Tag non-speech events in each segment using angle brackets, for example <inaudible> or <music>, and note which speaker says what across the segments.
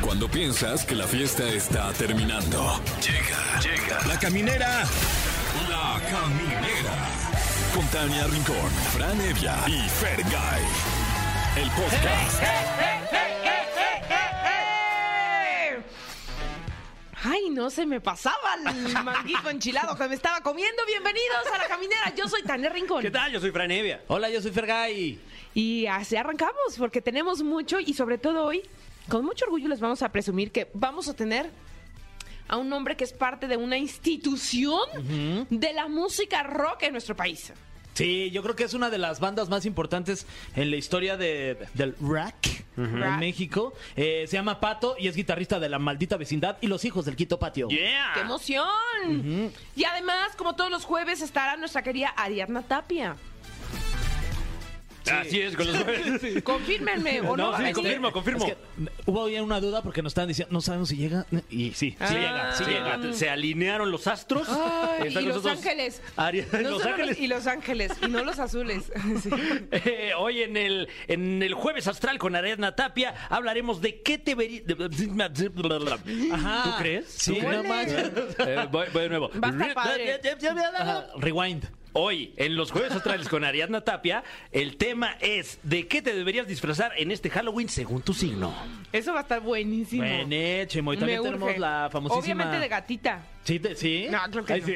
Speaker 1: Cuando piensas que la fiesta está terminando. Llega, llega. La caminera. La caminera. Con Tania Rincón, Fran Evia y Fergay. El podcast.
Speaker 2: Ay, no se me pasaba
Speaker 3: <laughs>
Speaker 2: el manguito enchilado que me estaba comiendo. Bienvenidos a la caminera. Yo soy Tania Rincón.
Speaker 3: ¿Qué tal? Yo soy Fran Evia.
Speaker 4: Hola, yo soy Fergay.
Speaker 2: Y así arrancamos porque tenemos mucho y sobre todo hoy, con mucho orgullo les vamos a presumir que vamos a tener a un hombre que es parte de una institución de la música rock en nuestro país.
Speaker 4: Sí, yo creo que es una de las bandas más importantes en la historia de, del rock
Speaker 2: Rock.
Speaker 4: en México. Eh, se llama Pato y es guitarrista de La Maldita Vecindad y Los Hijos del Quito Patio.
Speaker 3: Yeah.
Speaker 2: ¡Qué emoción! Y además, como todos los jueves, estará nuestra querida Ariadna Tapia.
Speaker 3: Así es, con los
Speaker 2: Confírmenme, ¿o no? Este,
Speaker 3: <laughs> No,
Speaker 2: va a
Speaker 3: sí,
Speaker 2: venir?
Speaker 3: confirmo, confirmo.
Speaker 4: Es que, mm, hubo hoy una duda porque nos estaban diciendo, no sabemos si llega. eh, Y sí, sí
Speaker 2: Ah.
Speaker 3: Sí
Speaker 4: llega,
Speaker 3: llega, sí
Speaker 4: sí llega.
Speaker 3: llega. Se alinearon los astros.
Speaker 2: Ay,
Speaker 3: Está
Speaker 2: y
Speaker 3: con
Speaker 2: Los
Speaker 3: nosotros
Speaker 2: Ángeles.
Speaker 3: Ari-
Speaker 2: No
Speaker 3: los
Speaker 2: solo-
Speaker 3: Ángeles.
Speaker 2: Y Los Ángeles, y no los azules. <laughs> Sí.
Speaker 3: Eh, hoy en el, en el Jueves Astral con Ariadna Tapia hablaremos de qué te vería.
Speaker 4: Ajá.
Speaker 3: ¿Tú crees?
Speaker 4: Sí,
Speaker 3: ¿Tú
Speaker 4: no
Speaker 3: crees?
Speaker 4: manches.
Speaker 3: Eh, voy, voy de nuevo.
Speaker 2: Va a estar padre.
Speaker 4: Ajá, Rewind.
Speaker 3: Hoy, en los Jueves Astrales con Ariadna Tapia, el tema es de qué te deberías disfrazar en este Halloween según tu signo.
Speaker 2: Eso va a estar buenísimo.
Speaker 4: Buen hecho, Moy. También
Speaker 2: Me
Speaker 4: tenemos
Speaker 2: urge.
Speaker 4: la famosísima.
Speaker 2: Obviamente de gatita. <laughs>
Speaker 4: Sí, te- sí.
Speaker 2: No, creo que
Speaker 4: Ay,
Speaker 2: no.
Speaker 4: sí.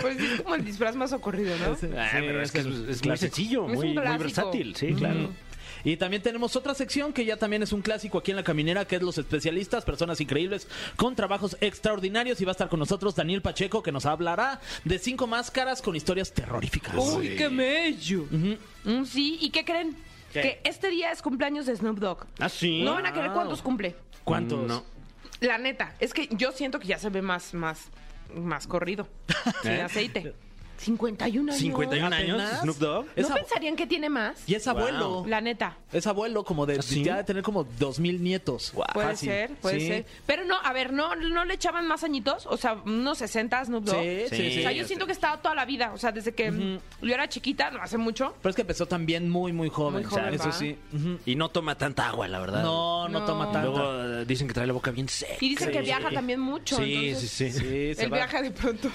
Speaker 2: Pues es como el disfraz más ocurrido, ¿no?
Speaker 4: Sí,
Speaker 3: Ah, pero es, que es,
Speaker 4: el
Speaker 3: es muy
Speaker 4: clásico.
Speaker 3: sencillo,
Speaker 2: Es un
Speaker 3: muy, muy
Speaker 2: clásico.
Speaker 3: versátil. Sí, claro.
Speaker 4: Y también tenemos otra sección que ya también es un clásico aquí en la caminera, que es los especialistas, personas increíbles con trabajos extraordinarios. Y va a estar con nosotros Daniel Pacheco, que nos hablará de cinco máscaras con historias terroríficas.
Speaker 3: Uh.
Speaker 2: Uy, qué mello. Mm, sí, ¿y qué creen? Que este día es cumpleaños de Snoop Dogg.
Speaker 3: ¿Ah, sí?
Speaker 2: No van a querer cuántos cumple.
Speaker 4: ¿Cuántos?
Speaker 3: No.
Speaker 2: La neta, es que yo siento que ya se ve más, más, más corrido. Sin
Speaker 3: ¿Eh?
Speaker 2: aceite. 51 años.
Speaker 3: 51 años,
Speaker 4: ¿Apenas?
Speaker 3: Snoop Dogg.
Speaker 2: ¿No
Speaker 4: Es ab-
Speaker 2: pensarían que tiene más?
Speaker 4: Y es abuelo.
Speaker 3: Wow. ¿Ah,
Speaker 2: La neta.
Speaker 4: Es abuelo como de,
Speaker 3: ¿Sí?
Speaker 4: ya de tener como dos mil nietos.
Speaker 2: Puede
Speaker 4: Fácil.
Speaker 2: ser, puede
Speaker 4: Sí.
Speaker 2: ser. Pero no, a ver, ¿no, ¿no le echaban más añitos? O sea, unos 60 a Snoop Dogg.
Speaker 4: Sí, sí,
Speaker 3: Sí.
Speaker 4: sí.
Speaker 2: O sea,
Speaker 3: ya
Speaker 2: yo
Speaker 3: sé.
Speaker 2: siento que estaba toda la vida. O sea, desde que yo era chiquita, no hace mucho.
Speaker 4: Pero es que empezó también muy, muy joven.
Speaker 2: Muy joven,
Speaker 4: Eso
Speaker 2: ¿va?
Speaker 4: sí. Ujú.
Speaker 3: Y no toma tanta agua, la verdad.
Speaker 4: No, no,
Speaker 2: No.
Speaker 4: toma
Speaker 3: Y
Speaker 4: tanto.
Speaker 3: Luego eh, dicen que trae la boca bien seca.
Speaker 2: Y dicen que viaja también mucho.
Speaker 3: Sí, sí,
Speaker 2: entonces,
Speaker 3: sí, sí.
Speaker 4: Sí, se
Speaker 2: Él
Speaker 4: va.
Speaker 2: viaja de
Speaker 4: <laughs>
Speaker 2: pronto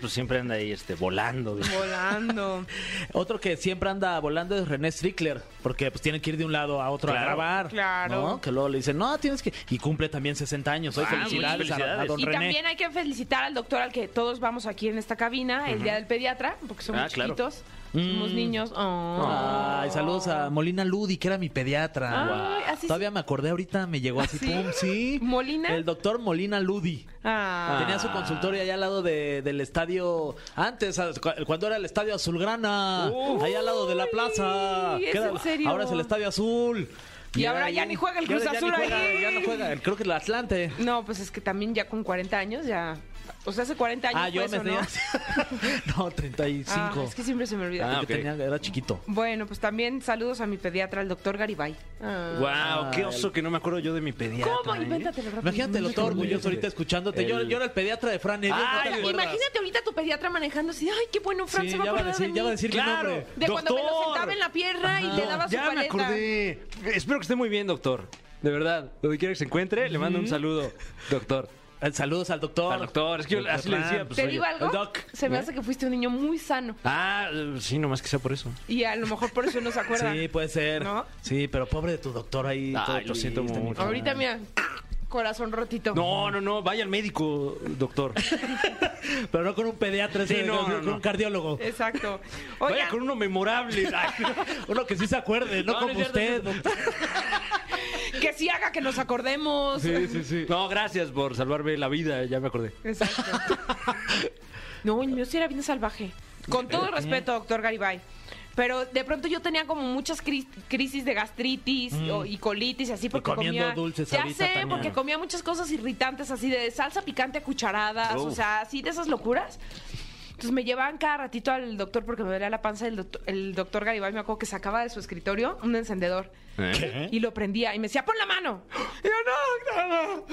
Speaker 3: pues siempre anda ahí este, volando. güey.
Speaker 2: volando.
Speaker 4: Otro que siempre anda volando es René Strickler, porque pues tiene que ir de un lado a otro
Speaker 3: Claro,
Speaker 4: a grabar.
Speaker 2: claro.
Speaker 4: ¿no? Que luego le dicen, no, tienes que. Y cumple también 60 años. Hoy
Speaker 3: Ah,
Speaker 4: felicidades,
Speaker 3: muchas
Speaker 4: A, a don
Speaker 2: Y
Speaker 4: René.
Speaker 2: también hay que felicitar al doctor al que todos vamos aquí en esta cabina, el día del pediatra, porque somos
Speaker 3: Ah, claro.
Speaker 2: chiquitos, somos niños. Oh.
Speaker 4: Mm. Ay, saludos a Molina Ludi, que era mi pediatra.
Speaker 2: Ay,
Speaker 4: Guau.
Speaker 2: Ah, así
Speaker 4: Todavía me acordé ahorita, me llegó así,
Speaker 2: ¿Sí?
Speaker 4: pum, sí.
Speaker 2: ¿Molina?
Speaker 4: El doctor Molina Ludi.
Speaker 2: Ah.
Speaker 4: Tenía su consultorio allá al lado de- del estadio, antes, ¿sabes? Cu- cuando era el estadio Azulgrana,
Speaker 3: Uy.
Speaker 4: allá al lado de la plaza.
Speaker 2: ¿es
Speaker 4: Que era-
Speaker 2: en serio?
Speaker 4: Ahora es el estadio Azul.
Speaker 2: Y
Speaker 4: era
Speaker 2: ahora ya
Speaker 4: ahí.
Speaker 2: ni juega el
Speaker 4: Ya-
Speaker 2: Cruz
Speaker 4: ya ni
Speaker 2: Azul
Speaker 4: juega,
Speaker 2: ahí.
Speaker 4: Ya no juega, el- creo que el Atlante.
Speaker 2: No, pues es que también ya con 40 años ya. O sea, hace 40 años.
Speaker 4: Ah, yo
Speaker 2: fue
Speaker 4: me
Speaker 2: eso,
Speaker 4: tenía.
Speaker 2: ¿no?
Speaker 4: <laughs> No, 35.
Speaker 2: Ah, es que siempre se me olvida.
Speaker 3: Ah,
Speaker 4: Yo
Speaker 3: ok.
Speaker 4: tenía- era chiquito.
Speaker 2: Bueno, pues también saludos a mi pediatra, el doctor Garibay. Ah.
Speaker 3: Wow, qué oso que no me acuerdo yo de mi pediatra.
Speaker 2: ¿Cómo?
Speaker 3: ¿eh?
Speaker 2: Invéntatelo rápido.
Speaker 4: Imagínate lo todo orgulloso ahorita escuchándote. Yo,
Speaker 3: El-
Speaker 4: yo era el pediatra de Fran Evia,
Speaker 3: Ay,
Speaker 4: ¿no te
Speaker 2: Ahora,
Speaker 4: acuerdas?
Speaker 2: Imagínate ahorita tu pediatra manejando así, ay, qué bueno, Fran,
Speaker 4: Sí,
Speaker 2: se va a
Speaker 4: ya va a
Speaker 2: acordar
Speaker 4: decir,
Speaker 2: de
Speaker 4: ya va a
Speaker 2: mí".
Speaker 4: decir mi
Speaker 3: Claro.
Speaker 4: nombre.
Speaker 2: De cuando me lo
Speaker 3: Doctor.
Speaker 2: sentaba en la pierna y le daba su
Speaker 3: Ya me
Speaker 2: paleta.
Speaker 3: acordé. Espero que esté muy bien, doctor. De verdad, donde quiera que se encuentre, le mando un saludo, doctor.
Speaker 4: Eh, Saludos al doctor.
Speaker 3: Al doctor, es que yo
Speaker 4: Doctor
Speaker 3: así le
Speaker 4: Fran.
Speaker 3: decía. pues,
Speaker 2: ¿Te
Speaker 3: oye,
Speaker 2: digo algo?
Speaker 4: el doc,
Speaker 2: se me hace que fuiste un niño muy sano.
Speaker 3: Ah, sí, nomás que sea por eso.
Speaker 2: Y a lo mejor por eso no se acuerda.
Speaker 4: Sí, puede ser.
Speaker 2: ¿No?
Speaker 4: Sí, pero pobre de tu doctor ahí.
Speaker 3: Ay,
Speaker 4: todo
Speaker 3: lo siento
Speaker 4: triste, mi
Speaker 3: mucho.
Speaker 4: Fran.
Speaker 2: Ahorita, mira, corazón rotito.
Speaker 3: No, no, no, vaya al médico, doctor.
Speaker 4: Pero no con un pediatra,
Speaker 3: Sí,
Speaker 4: ese,
Speaker 3: no,
Speaker 4: con
Speaker 3: no, no.
Speaker 4: un cardiólogo.
Speaker 2: Exacto.
Speaker 3: Vaya
Speaker 2: Oigan,
Speaker 3: con uno memorable.
Speaker 4: Uno que sí se acuerde, no,
Speaker 3: No, no
Speaker 4: como
Speaker 3: es cierto,
Speaker 4: usted.
Speaker 2: que sí haga que nos acordemos.
Speaker 3: sí, sí. No, gracias por salvarme la vida, ya me acordé.
Speaker 2: Exacto. No, el mío sí era bien salvaje. Con todo el respeto, doctor Garibay. Pero de pronto yo tenía como muchas cris- crisis de gastritis o- y colitis y así porque
Speaker 4: comiendo
Speaker 2: comía
Speaker 4: dulces
Speaker 2: ya
Speaker 4: ahorita,
Speaker 2: sé
Speaker 4: Tania.
Speaker 2: porque comía muchas cosas irritantes así de salsa picante a cucharadas o
Speaker 3: Uf.
Speaker 2: sea así de esas locuras entonces me llevaban cada ratito al doctor porque me dolía la panza el doctor, el doctor Garibay me acuerdo que sacaba de su escritorio un encendedor
Speaker 4: ¿Eh?
Speaker 2: y lo prendía y me decía, pon la mano. Y yo, no, no, no.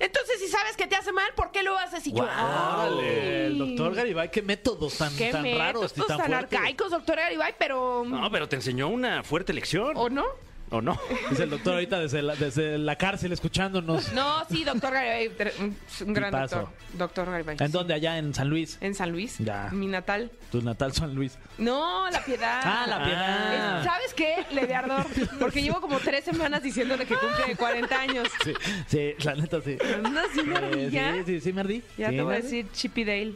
Speaker 2: Entonces, si sabes que te hace mal, ¿por qué lo haces? Y yo,
Speaker 4: Órale,
Speaker 2: "Ay,
Speaker 4: el doctor Garibay, qué métodos tan,
Speaker 2: qué
Speaker 4: tan
Speaker 2: métodos
Speaker 4: raros y tan,
Speaker 2: tan
Speaker 4: fuertes.
Speaker 2: arcaicos, doctor Garibay, pero... Oh.
Speaker 3: No, pero te enseñó una fuerte lección.
Speaker 2: ¿O no?
Speaker 3: ¿O no?
Speaker 4: Dice el doctor ahorita desde la, desde la cárcel escuchándonos.
Speaker 2: No, sí, doctor Garibay, tre- un-
Speaker 4: <laughs>
Speaker 2: un gran
Speaker 4: Tipazo.
Speaker 2: doctor. Doctor Garibay.
Speaker 4: ¿En dónde? Allá en San Luis.
Speaker 2: En San Luis.
Speaker 4: Ya.
Speaker 2: Mi natal.
Speaker 4: Tu natal San Luis.
Speaker 2: No, la piedad.
Speaker 4: Ah, la piedad.
Speaker 2: Es- ¿Sabes qué? Le de ardor. Porque llevo como tres semanas diciéndole que cumple 40
Speaker 4: <laughs>
Speaker 2: años.
Speaker 4: Sí, sí, la neta sí.
Speaker 2: No, sí, me
Speaker 4: Eh,
Speaker 2: ardí
Speaker 4: Sí,
Speaker 2: ya.
Speaker 4: sí, sí, me ardí.
Speaker 2: Ya
Speaker 4: Sí,
Speaker 2: te voy
Speaker 4: me
Speaker 2: a
Speaker 4: ardí.
Speaker 2: decir Chip y Dale.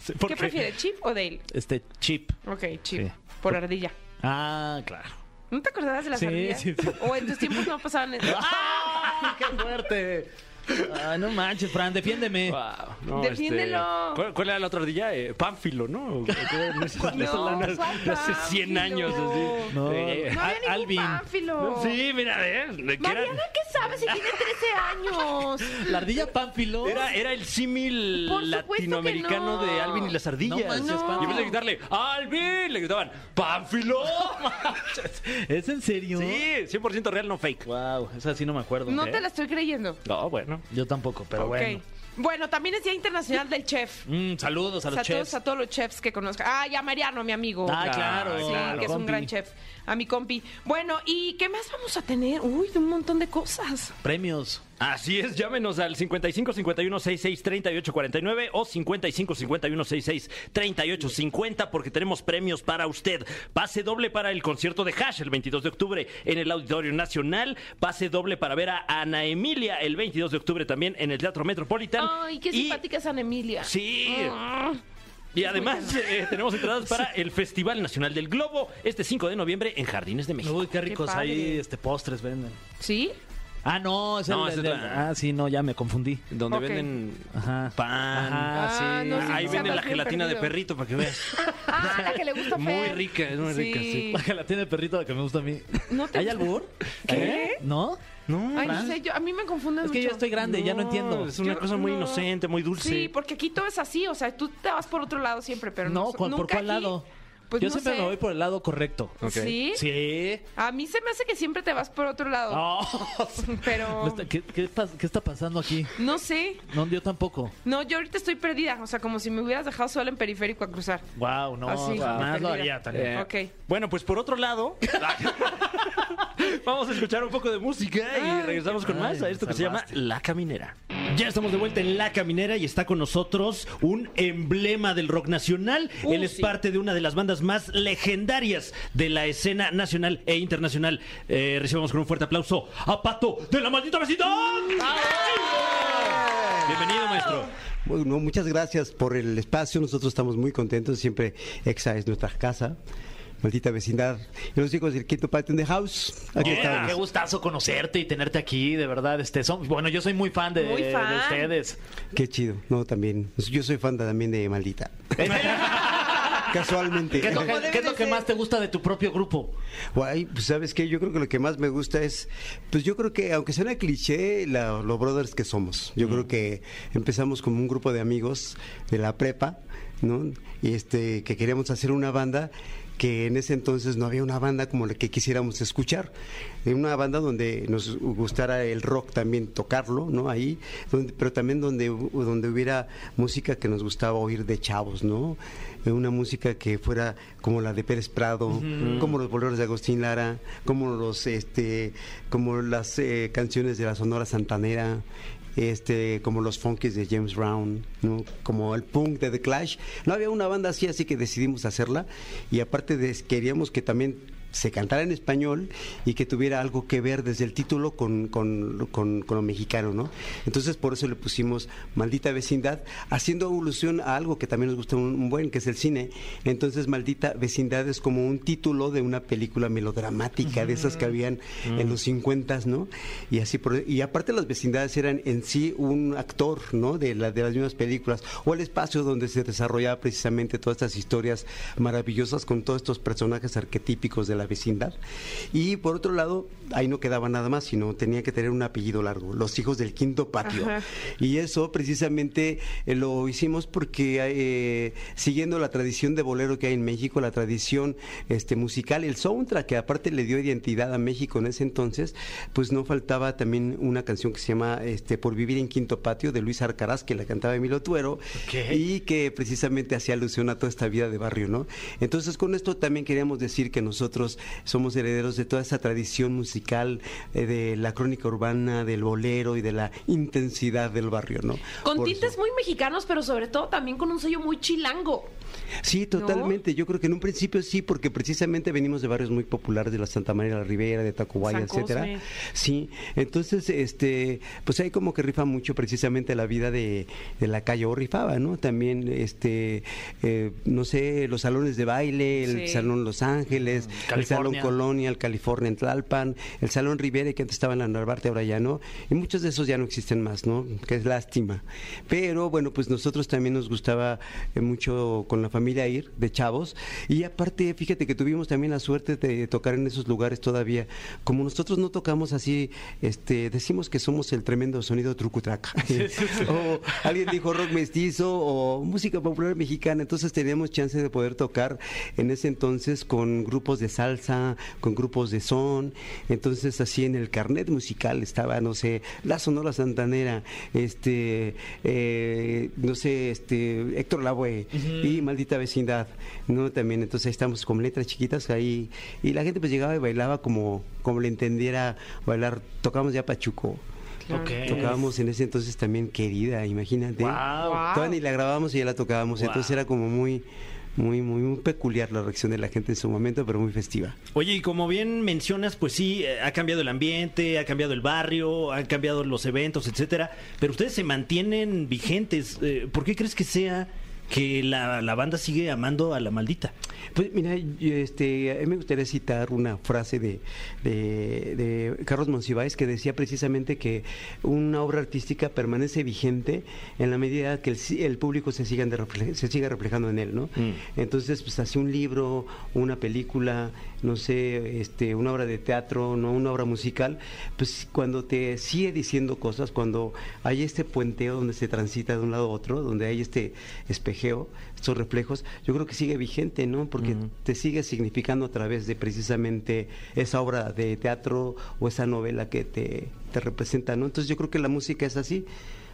Speaker 4: Sí, ¿por
Speaker 2: ¿Qué
Speaker 3: <laughs>
Speaker 2: prefieres, Chip o Dale?
Speaker 4: Este chip.
Speaker 2: Ok, Chip.
Speaker 4: Sí.
Speaker 2: Por ardilla.
Speaker 4: Ah, claro.
Speaker 2: ¿No te acordabas de las
Speaker 4: Sí,
Speaker 2: ardillas?
Speaker 4: sí, sí.
Speaker 2: O en tus tiempos no pasaban
Speaker 4: <laughs>
Speaker 2: eso. ¡Ah!
Speaker 4: ¡Ay, qué fuerte! Ay, Ah, no manches, Fran, defiéndeme.
Speaker 3: Wow, no, este,
Speaker 2: Defiéndelo.
Speaker 3: ¿cuál, cuál era la otra ardilla? Eh, Pánfilo, ¿no? No sé,
Speaker 2: No,
Speaker 3: hace-
Speaker 2: ¿cuál
Speaker 3: hace 100
Speaker 2: Pánfilo?
Speaker 3: años. Así.
Speaker 4: No.
Speaker 3: Eh,
Speaker 2: No había ningún
Speaker 4: Alvin.
Speaker 2: pánfilo.
Speaker 3: Sí, mira, eh, que era,
Speaker 2: Mariana, ¿qué sabes? Si tiene 13 años.
Speaker 4: La ardilla Pánfilo.
Speaker 3: era, era el símil
Speaker 2: Por supuesto que
Speaker 3: latinoamericano
Speaker 2: no.
Speaker 3: de Alvin y las
Speaker 4: No
Speaker 3: ardillas.
Speaker 4: manches,
Speaker 2: No.
Speaker 3: Y en vez de gritarle, ¡Alvin! Le gritaban, ¡Pánfilo! <laughs>
Speaker 4: ¿Es en serio?
Speaker 3: sí, 100% real, no fake.
Speaker 4: Wow, esa sí no me acuerdo.
Speaker 2: No
Speaker 4: ¿Eh?
Speaker 2: te la estoy creyendo.
Speaker 3: No, bueno.
Speaker 4: Yo tampoco, pero
Speaker 2: ok.
Speaker 4: bueno.
Speaker 2: Bueno, también es Día Internacional del Chef.
Speaker 4: Mm, saludos a <laughs> los
Speaker 2: a
Speaker 4: chefs.
Speaker 2: todos, a todos los chefs que conozcan. Ah, ya Mariano, mi amigo.
Speaker 4: Ah, claro,
Speaker 2: Sí,
Speaker 4: claro,
Speaker 2: que es un
Speaker 4: compi.
Speaker 2: gran chef. A mi compi. Bueno, ¿y qué más vamos a tener? Uy, de un montón de cosas.
Speaker 4: Premios.
Speaker 3: Así es, llámenos al 55 51 66 38 49 o 55 51 66 38 50 porque tenemos premios para usted. Pase doble para el concierto de Hash el 22 de octubre en el Auditorio Nacional. Pase doble para ver a Ana Emilia el 22 de octubre también en el Teatro Metropolitan.
Speaker 2: Ay, qué
Speaker 3: Y-
Speaker 2: simpática San Emilia. Mm.
Speaker 3: Sí. Y además eh, tenemos entradas para el Festival Nacional del Globo este 5 de noviembre en Jardines de México.
Speaker 4: Uy, qué ricos
Speaker 2: padre.
Speaker 4: ahí este postres venden.
Speaker 2: ¿Sí?
Speaker 4: Ah, no, es
Speaker 3: No,
Speaker 4: el,
Speaker 3: es
Speaker 4: el-
Speaker 3: otra.
Speaker 4: el- Ah, sí, no, ya me confundí.
Speaker 3: Donde
Speaker 2: Ok.
Speaker 3: venden
Speaker 4: Ajá.
Speaker 3: pan.
Speaker 4: Ajá,
Speaker 2: Ah,
Speaker 4: sí.
Speaker 2: no, sí,
Speaker 3: Ahí
Speaker 2: no
Speaker 3: venden
Speaker 2: andas
Speaker 3: la
Speaker 2: bien
Speaker 3: gelatina de
Speaker 2: perdido.
Speaker 3: perrito para que veas.
Speaker 2: Ah, la que le gusta a
Speaker 3: Muy
Speaker 2: Fer.
Speaker 3: rica, es muy rica, sí.
Speaker 4: <laughs> La gelatina de perrito la que me gusta a mí.
Speaker 2: ¿No te
Speaker 4: ¿Hay
Speaker 2: gusta?
Speaker 4: albur?
Speaker 2: ¿Qué?
Speaker 4: ¿Eh? ¿No?
Speaker 3: No,
Speaker 2: Ay, no sé, yo- a mí me confunden
Speaker 4: Es que yo
Speaker 2: mucho.
Speaker 4: estoy grande, ya no entiendo.
Speaker 3: Es una
Speaker 2: Yo-
Speaker 3: cosa muy
Speaker 2: no.
Speaker 3: inocente, muy dulce.
Speaker 2: Sí, porque aquí todo es así, o sea, tú te vas por otro lado siempre, pero no,
Speaker 4: No, ¿cu- ¿por
Speaker 2: nunca
Speaker 4: cuál
Speaker 2: aquí.
Speaker 4: lado?
Speaker 2: Pues
Speaker 4: Yo
Speaker 2: no
Speaker 4: siempre
Speaker 2: sé.
Speaker 4: me voy por el lado correcto.
Speaker 2: ¿Sí?
Speaker 4: Sí.
Speaker 2: A mí se me hace que siempre te vas por otro lado,
Speaker 4: No.
Speaker 2: <laughs>
Speaker 4: <laughs>
Speaker 2: pero
Speaker 4: ¿Qué, qué pas- qué está pasando aquí?
Speaker 2: no sé.
Speaker 4: No, yo tampoco.
Speaker 2: No, yo ahorita estoy perdida, o sea, como si me hubieras dejado sola en periférico a cruzar.
Speaker 4: Wow, no,
Speaker 2: Así,
Speaker 4: jamás lo
Speaker 2: perdida.
Speaker 4: haría Tania.
Speaker 3: Eh,
Speaker 2: Ok.
Speaker 3: Bueno, pues por otro lado, <laughs> vamos a escuchar un poco de música y regresamos con más a
Speaker 4: Ay,
Speaker 3: esto
Speaker 4: me
Speaker 3: que se llama
Speaker 4: salvaste.
Speaker 3: La Caminera. Ya estamos de vuelta en La Caminera y está con nosotros un emblema del rock nacional.
Speaker 2: Uh,
Speaker 3: Él es
Speaker 2: sí.
Speaker 3: parte de una de las bandas más legendarias de la escena nacional e internacional. Eh, recibamos con un fuerte aplauso a Pato de la maldita vecindad. Ah, Bienvenido, maestro.
Speaker 5: Bueno, muchas gracias por el espacio. Nosotros estamos muy contentos. Siempre EXA es nuestra casa. Maldita vecindad. Y los chicos del quinto patio in the house. Aquí
Speaker 3: Yeah.
Speaker 5: estamos.
Speaker 4: Qué gustazo conocerte y tenerte aquí, de verdad. Este, son- bueno, yo soy muy fan de,
Speaker 2: Muy fan.
Speaker 4: de ustedes.
Speaker 5: Qué chido. No, también. Yo soy fan también de Maldita. Casualmente.
Speaker 4: ¿Qué es lo que,
Speaker 2: Como debe
Speaker 4: qué es lo
Speaker 2: de
Speaker 4: que
Speaker 2: ser.
Speaker 4: más te gusta de tu propio grupo?
Speaker 5: Guay, pues, ¿sabes qué? Yo creo que lo que más me gusta es, pues yo creo que, aunque suena cliché, la- los brothers que somos. Yo creo que empezamos como un grupo de amigos de la prepa, ¿no? Y este, que queríamos hacer una banda que en ese entonces no había una banda como la que quisiéramos escuchar. Eh, Una banda donde nos gustara el rock también, tocarlo, ¿no? Ahí, donde- pero también donde, hu- donde hubiera música que nos gustaba oír de chavos, ¿no? Eh, Una música que fuera como la de Pérez Prado, como los boleros de Agustín Lara, como los este, como las eh, canciones de la Sonora Santanera, este, como los funkies de James Brown, ¿no? como el punk de The Clash. No había una banda así, así que decidimos hacerla. Y aparte de, queríamos que también se cantara en español y que tuviera algo que ver desde el título con, con- con- con lo mexicano, ¿no? Entonces por eso le pusimos Maldita Vecindad, haciendo alusión a algo que también nos gusta un, un buen, que es el cine. Entonces Maldita Vecindad es como un título de una película melodramática, de esas que habían en los 50, ¿no? Y así por, y aparte las vecindades eran en sí un actor, ¿no? De, la, de las mismas películas, o el espacio donde se desarrollaba precisamente todas estas historias maravillosas con todos estos personajes arquetípicos de la vecindad. Y por otro lado, ahí no quedaba nada más, sino tenía que tener un apellido largo, los hijos del quinto patio.
Speaker 2: Ajá.
Speaker 5: Y eso precisamente eh, lo hicimos porque eh, siguiendo la tradición de bolero que hay en México, la tradición este musical, el soundtrack que aparte le dio identidad a México en ese entonces, pues no faltaba también una canción que se llama este Por vivir en quinto patio de Luis Arcaraz que la cantaba Emilio Tuero y que precisamente hacía alusión a toda esta vida de barrio, ¿no? Entonces con esto también queríamos decir que nosotros somos herederos de toda esa tradición musical eh, de la crónica urbana, del bolero y de la intensidad del barrio, ¿no?
Speaker 2: Con
Speaker 5: Por
Speaker 2: tintes
Speaker 5: eso.
Speaker 2: muy mexicanos, pero sobre todo también con un sello muy chilango.
Speaker 5: Sí, totalmente. Yo creo que en un principio sí, porque precisamente venimos de barrios muy populares de la Santa María de la Ribera, de Tacubaya,
Speaker 2: San Cosme.
Speaker 5: etcétera. Sí. Entonces, este, pues ahí como que rifa mucho precisamente la vida de, de la calle o rifaba, ¿no? También, este, eh, no sé, los salones de baile, el
Speaker 2: Sí.
Speaker 5: salón Los Ángeles, el salón
Speaker 4: California.
Speaker 5: Colonia, el California en Tlalpan, el salón Ribera que antes estaba en la Narvarte, ahora ya no. Y muchos de esos ya no existen más, ¿no? Que es lástima. Pero bueno, pues nosotros también nos gustaba eh, mucho con la familia ir de chavos. Y aparte, fíjate que tuvimos también la suerte de tocar en esos lugares todavía. Como nosotros no tocamos así, este, decimos que somos el tremendo sonido trucutraca. <laughs> o alguien dijo rock mestizo o música popular mexicana. Entonces teníamos chance de poder tocar en ese entonces con grupos de salsa, con grupos de son. Entonces así en el carnet musical estaba, no sé, la Sonora Santanera, este, eh, no sé, este, Héctor Lavoe y Maldita Vecindad, ¿no? También, entonces ahí estamos con letras chiquitas ahí y la gente pues llegaba y bailaba como, como le entendiera bailar. Tocamos ya Pachuco.
Speaker 2: Claro.
Speaker 5: Tocábamos en ese entonces también querida, imagínate.
Speaker 3: Guau.
Speaker 2: Guau.
Speaker 5: Todavía ni la grabábamos y ya la tocábamos.
Speaker 3: Guau.
Speaker 5: Entonces era como muy, muy, muy, muy peculiar la reacción de la gente en su momento, pero muy festiva.
Speaker 3: Oye, y como bien mencionas, pues sí, eh, ha cambiado el ambiente, ha cambiado el barrio, han cambiado los eventos, etcétera, pero ustedes se mantienen vigentes. Eh, ¿Por qué crees que sea que la, la banda sigue amando a la maldita?
Speaker 5: Pues mira, yo, este, a mí me gustaría citar una frase de, de- de Carlos Monsiváis que decía precisamente que una obra artística permanece vigente en la medida que el, si- el público se, sigan de refle- se siga reflejando en él, ¿no?
Speaker 3: Mm.
Speaker 5: Entonces, pues así un libro, una película, no sé, este, una obra de teatro, no una obra musical, pues cuando te sigue diciendo cosas, cuando hay este puenteo donde se transita de un lado a otro, donde hay este espejeo, estos reflejos, yo creo que sigue vigente, ¿no? Porque te sigue significando a través de precisamente esa obra de teatro o esa novela que te, te representa, ¿no? Entonces yo creo que la música es así.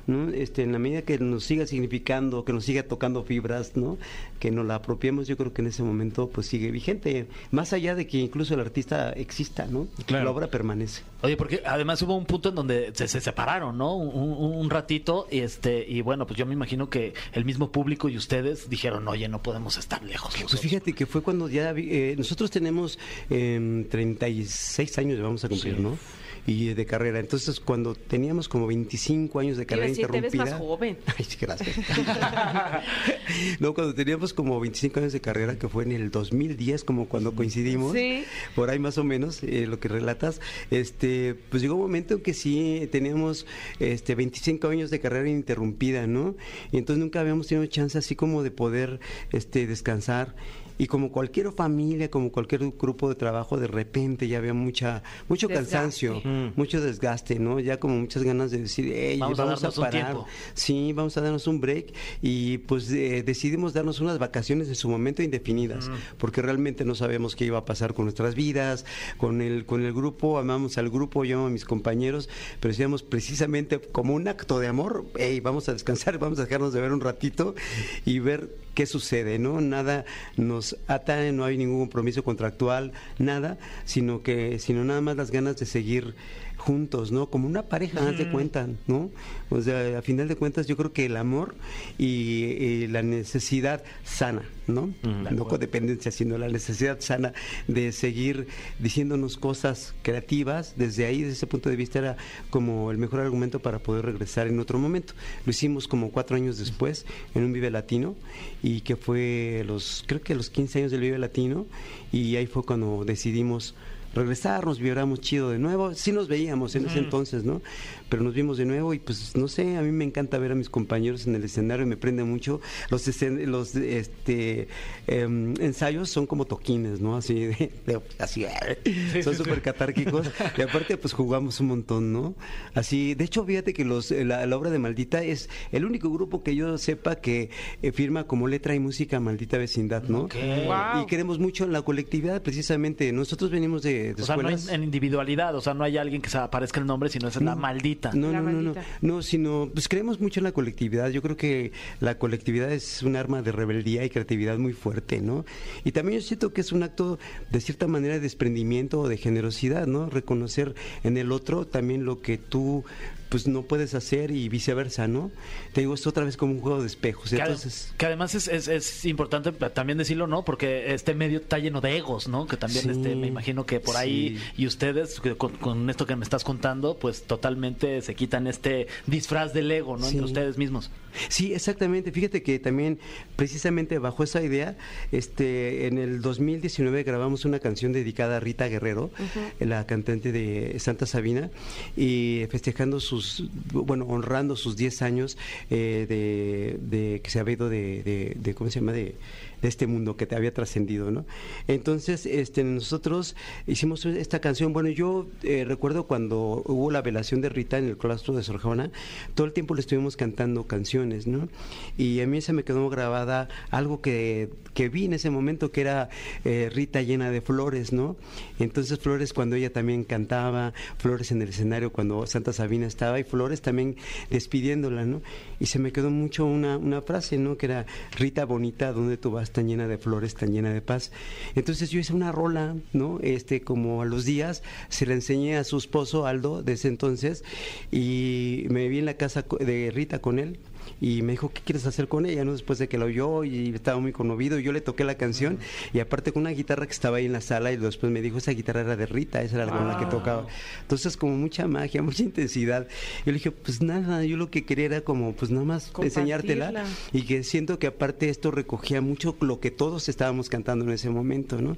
Speaker 5: ¿no? Este, en la medida que nos siga significando, que nos siga tocando fibras, ¿no? que nos la apropiemos, yo creo que en ese momento pues sigue vigente, más allá de que incluso el artista exista, ¿no?
Speaker 4: Claro.
Speaker 5: la obra permanece.
Speaker 4: Oye, porque además hubo un punto en donde se, se separaron, ¿no? Un, un- un ratito y este y bueno, pues yo me imagino que el mismo público y ustedes dijeron, oye, no podemos estar lejos.
Speaker 5: Pues
Speaker 4: nosotros".
Speaker 5: fíjate que fue cuando ya vi- eh, nosotros tenemos em, 36 años vamos a cumplir, ¿no? Y de carrera. Entonces, cuando teníamos como 25 años de
Speaker 2: Te iba a
Speaker 5: carrera
Speaker 2: decir, te ves
Speaker 5: interrumpida.
Speaker 2: más joven.
Speaker 5: <laughs> Ay, sí,
Speaker 2: <laughs>
Speaker 5: gracias. no, cuando teníamos como 25 años de carrera, que fue en el 2010, como cuando coincidimos,
Speaker 2: Sí.
Speaker 5: <laughs> por ahí más o menos, eh, lo que relatas, este, pues llegó un momento en que sí teníamos este, 25 años de carrera ininterrumpida, ¿no? Y entonces nunca habíamos tenido chance así como de poder este, descansar. Y como cualquier familia, como cualquier grupo de trabajo, de repente ya había mucha, mucho
Speaker 2: Desgaste.
Speaker 5: cansancio, mucho desgaste, ¿no? Ya como muchas ganas de decir, "Ey,
Speaker 4: Vamos
Speaker 5: vamos,
Speaker 4: a
Speaker 5: a,
Speaker 4: darnos un
Speaker 5: parar.
Speaker 4: tiempo.
Speaker 5: Sí, vamos a darnos un break y pues eh, decidimos darnos unas vacaciones en su momento indefinidas,
Speaker 4: Mm.
Speaker 5: porque realmente no sabemos qué iba a pasar con nuestras vidas, con el con el grupo, amamos al grupo, yo amo a mis compañeros, pero decíamos precisamente como un acto de amor, hey, vamos a descansar, vamos a dejarnos de ver un ratito y ver qué sucede, ¿no? Nada nos ata, no hay ningún compromiso contractual, nada, sino que sino nada más las ganas de seguir juntos, ¿no? Como una pareja, haz de cuenta, ¿no? O sea, a final de cuentas yo creo que el amor y, eh, la necesidad sana, ¿no? No codependencia, sino la necesidad sana de seguir diciéndonos cosas creativas, desde ahí, desde ese punto de vista era como el mejor argumento para poder regresar en otro momento. Lo hicimos como cuatro años después en un Vive Latino y que fue los, creo que los 15 años del Vive Latino y ahí fue cuando decidimos regresar, nos vibramos chido de nuevo. Sí nos veíamos en ese entonces, ¿no? Pero nos vimos de nuevo y pues no sé, a mí me encanta ver a mis compañeros en el escenario, me prende mucho. Los, escen- los este, em, ensayos son como toquines, ¿no? Así, de- de- así eh, son súper catárquicos. Y aparte pues jugamos un montón, ¿no? Así, de hecho, fíjate que los, eh, la, la obra de Maldita es el único grupo que yo sepa que eh, firma como letra y música Maldita Vecindad, ¿no?
Speaker 2: Wow.
Speaker 5: Eh, Y creemos mucho en la colectividad, precisamente. Nosotros venimos de, de
Speaker 6: O sea, no
Speaker 5: escuelas.
Speaker 6: es en individualidad, o sea, no hay alguien que se aparezca el nombre, sino es la maldita.
Speaker 5: No,
Speaker 2: La
Speaker 5: no, no, no,
Speaker 2: maldita.
Speaker 5: no, sino, pues creemos mucho en la colectividad. Yo creo que la colectividad es un arma de rebeldía y creatividad muy fuerte, ¿no? Y también yo siento que es un acto de cierta manera de desprendimiento o de generosidad, ¿no? Reconocer en el otro también lo que tú pues no puedes hacer y viceversa, ¿no? Te digo, es otra vez como un juego de espejos.
Speaker 6: Que, adem-
Speaker 5: Entonces,
Speaker 6: que además es, es- es importante también decirlo, ¿no? Porque este medio está lleno de egos, ¿no? Que también
Speaker 5: Sí.
Speaker 6: este, me imagino que por ahí y ustedes, que con, con esto que me estás contando, pues totalmente se quitan este disfraz del ego, ¿no?
Speaker 5: Sí.
Speaker 6: Entre ustedes mismos.
Speaker 5: Sí, exactamente. Fíjate que también, precisamente bajo esa idea, este, en el 2019 grabamos una canción dedicada a Rita Guerrero, la cantante de Santa Sabina, y festejando sus, bueno, honrando sus 10 años eh, de, de que se había ido de, de- de- ¿cómo se llama? De, de este mundo que te había trascendido, ¿no? Entonces, este, nosotros hicimos esta canción. Bueno, yo eh, recuerdo cuando hubo la velación de Rita en el claustro de Sor Juana, todo el tiempo le estuvimos cantando canciones, ¿no? Y a mí se me quedó grabada algo que, que vi en ese momento, que era eh, Rita llena de flores, ¿no? Entonces, flores cuando ella también cantaba, flores en el escenario cuando Santa Sabina estaba, y flores también despidiéndola, ¿no? Y se me quedó mucho una, una frase, ¿no? Que era Rita bonita, ¿dónde tú vas tan llena de flores, tan llena de paz? Entonces yo hice una rola, ¿no? Este, como a los días, se la enseñé a su esposo Aldo desde entonces y me vi en la casa co- de Rita con él. Y me dijo, ¿qué quieres hacer con ella? ¿no? Después de que la oyó y estaba muy conmovido, yo le toqué la canción y aparte con una guitarra que estaba ahí en la sala y después me dijo, esa guitarra era de Rita, esa era con la que tocaba. entonces como mucha magia, mucha intensidad. Yo le dije, pues nada, yo lo que quería era como, pues nada más enseñártela.
Speaker 2: Compartirla.
Speaker 5: Y que siento que aparte esto recogía mucho lo que todos estábamos cantando en ese momento, ¿no?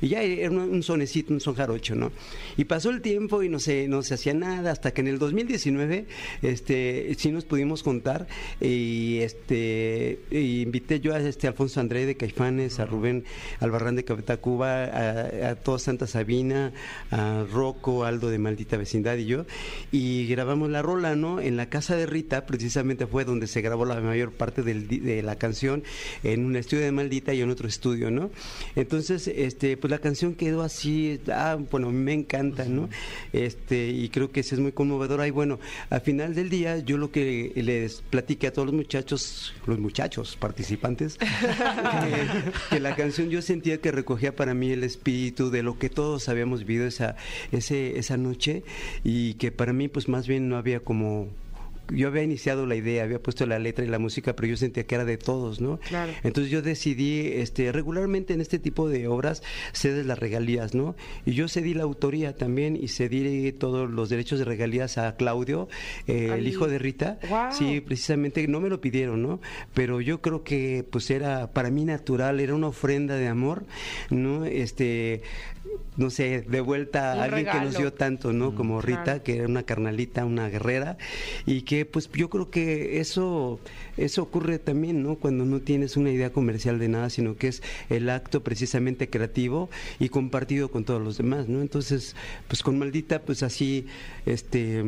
Speaker 5: Y ya era un- un sonecito, un son jarocho, ¿no? Y pasó el tiempo y no se, no se hacía nada, hasta que en el 2019 este, sí nos pudimos contar y este, y invité yo a este Alfonso André de Caifanes, a Rubén Albarrán de Capeta Cuba, a, a toda Santa Sabina, a Rocco, Aldo de Maldita Vecindad y yo, y grabamos la rola, ¿no? En la casa de Rita, precisamente fue donde se grabó la mayor parte del di- de la canción, en un estudio de Maldita y en otro estudio, ¿no? Entonces, este, pues la canción quedó así, ah, bueno, me encanta, ¿no? Este, y creo que sí es muy conmovedora. Y bueno, al final del día, yo lo que les platiqué a todos los muchachos, los muchachos participantes, <laughs> que, que la canción yo sentía que recogía para mí el espíritu de lo que todos habíamos vivido esa, ese, esa noche y que para mí pues más bien no había como... Yo había iniciado la idea, había puesto la letra y la música, pero yo sentía que era de todos, ¿no?
Speaker 2: Claro.
Speaker 5: Entonces yo decidí, este, regularmente en este tipo de obras cedes las regalías, ¿no? Y yo cedí la autoría también y cedí todos los derechos de regalías a Claudio, eh,
Speaker 2: Al-
Speaker 5: el hijo de Rita.
Speaker 2: Guau.
Speaker 5: Sí, precisamente no me lo pidieron, ¿no? Pero yo creo que pues era para mí natural, era una ofrenda de amor, ¿no? Este no sé, de vuelta
Speaker 2: Un
Speaker 5: a alguien que nos
Speaker 2: regalo.
Speaker 5: dio tanto, ¿no? Como Rita,
Speaker 2: Claro.
Speaker 5: que era una carnalita, una guerrera, y que pues yo creo que eso, eso ocurre también, ¿no? Cuando no tienes una idea comercial de nada, sino que es el acto precisamente creativo y compartido con todos los demás, ¿no? Entonces, pues con Maldita, pues así, este...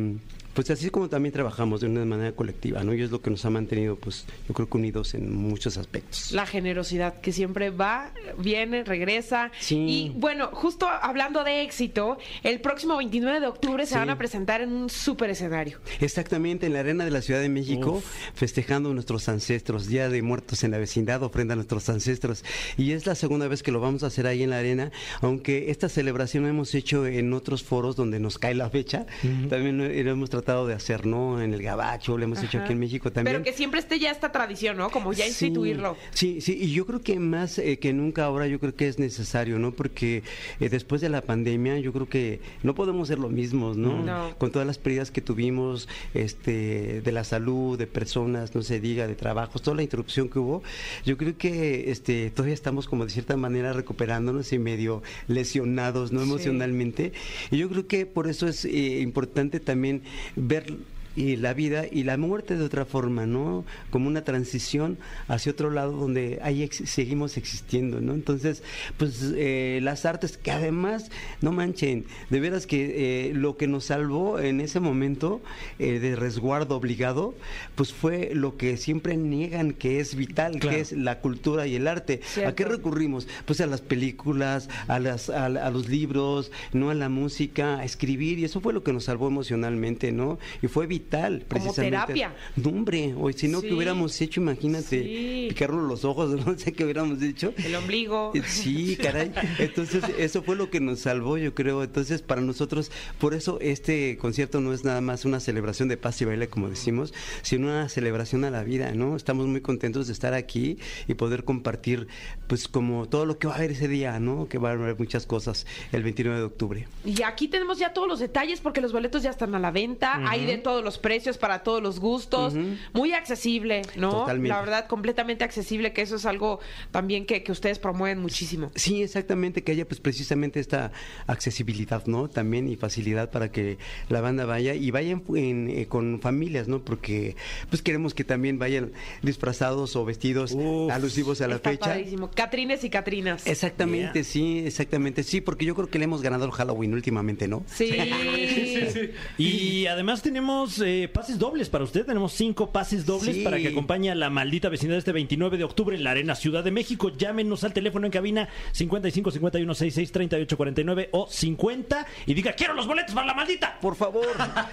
Speaker 5: Pues así es como también trabajamos de una manera colectiva, ¿no? Y es lo que nos ha mantenido, pues, yo creo que unidos en muchos aspectos.
Speaker 2: La generosidad que siempre va, viene, regresa.
Speaker 5: Sí.
Speaker 2: Y bueno, justo hablando de éxito, el próximo 29 de octubre se
Speaker 5: Sí.
Speaker 2: van a presentar en un super escenario.
Speaker 5: Exactamente, en la arena de la Ciudad de México, festejando nuestros ancestros, Día de Muertos en la vecindad, ofrenda a nuestros ancestros. Y es la segunda vez que lo vamos a hacer ahí en la arena, aunque esta celebración la hemos hecho en otros foros donde nos cae la fecha, también lo lo hemos tratado tratado de hacer, ¿no? En el gabacho, lo hemos hecho aquí en México también.
Speaker 2: Pero que siempre esté ya esta tradición, ¿no? Como ya
Speaker 5: Sí,
Speaker 2: instituirlo.
Speaker 5: Sí, sí, y yo creo que más eh, que nunca ahora yo creo que es necesario, ¿no? Porque eh, después de la pandemia yo creo que no podemos ser lo mismos, ¿no?
Speaker 2: No.
Speaker 5: Con todas las pérdidas que tuvimos este, de la salud, de personas, no se diga, de trabajos, toda la interrupción que hubo, yo creo que este, todavía estamos como de cierta manera recuperándonos y medio lesionados, ¿no?
Speaker 2: Sí.
Speaker 5: Emocionalmente. Y yo creo que por eso es eh, importante también ver y la vida y la muerte de otra forma, ¿no? Como una transición hacia otro lado donde ahí ex- seguimos existiendo, ¿no? Entonces, pues eh, las artes que además, no manchen, de veras que eh, lo que nos salvó en ese momento eh, de resguardo obligado, pues fue lo que siempre niegan que es vital, que es la cultura y el arte. ¿A qué
Speaker 2: Cierto.
Speaker 5: recurrimos? Pues a las películas, a, las, a, la- a los libros, no a la música, a escribir, y eso fue lo que nos salvó emocionalmente, ¿no? Y fue vital,
Speaker 2: Como
Speaker 5: precisamente.
Speaker 2: terapia.
Speaker 5: No, hombre, o si no,
Speaker 2: Sí.
Speaker 5: ¿qué hubiéramos hecho? Imagínate,
Speaker 2: Sí.
Speaker 5: picarnos los ojos, <laughs> no sé qué hubiéramos hecho.
Speaker 2: El ombligo.
Speaker 5: Eh, Sí, caray. Entonces, eso fue lo que nos salvó, yo creo. Entonces, para nosotros, por eso este concierto no es nada más una celebración de paz y baile, como decimos, sino una celebración a la vida, ¿no? Estamos muy contentos de estar aquí y poder compartir, pues, como todo lo que va a haber ese día, ¿no? Que va a haber muchas cosas el 29 de octubre.
Speaker 2: Y aquí tenemos ya todos los detalles porque los boletos ya están a la venta, hay de todos los precios para todos los gustos, muy accesible, ¿no?
Speaker 5: Totalmente.
Speaker 2: La verdad, completamente accesible, que eso es algo también que, que ustedes promueven muchísimo.
Speaker 5: Sí, exactamente, que haya pues precisamente esta accesibilidad, ¿no? También y facilidad para que la banda vaya y vayan en- eh, con familias, ¿no? Porque pues queremos que también vayan disfrazados o vestidos alusivos a la
Speaker 2: Está
Speaker 5: fecha.
Speaker 2: padrísimo. Catrines y Catrinas.
Speaker 5: Exactamente, sí, exactamente, sí, porque yo creo que le hemos ganado al Halloween últimamente, ¿no?
Speaker 2: <laughs> Sí.
Speaker 3: Y además tenemos eh, pases dobles para usted. Tenemos cinco pases dobles
Speaker 5: Sí.
Speaker 3: para que acompañe a la maldita vecindad este 29 de octubre en la Arena Ciudad de México. Llámenos al teléfono en cabina 55 51 66 38 49 o 50 y diga: Quiero los boletos para la maldita.
Speaker 5: Por <laughs> favor,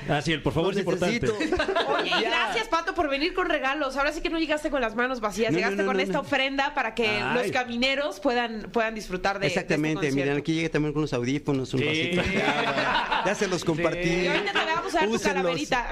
Speaker 3: Así, el por favor
Speaker 5: los
Speaker 2: <laughs>
Speaker 3: es importante.
Speaker 5: necesito.
Speaker 2: Oye, y gracias, Pato, por venir con regalos. Ahora sí que no llegaste con las manos vacías,
Speaker 5: No,
Speaker 2: llegaste
Speaker 5: no, no,
Speaker 2: con
Speaker 5: no,
Speaker 2: esta
Speaker 5: no.
Speaker 2: ofrenda para que
Speaker 3: Ay.
Speaker 2: los camineros puedan, puedan disfrutar de de este
Speaker 5: Exactamente, miren,
Speaker 2: concierto.
Speaker 5: aquí llegué también con unos audífonos, un
Speaker 3: Sí.
Speaker 5: vasito de agua. Ya se los compartí.
Speaker 2: Y ahorita te vamos a dar tu
Speaker 5: Úsenlos. <laughs>
Speaker 2: calaverita.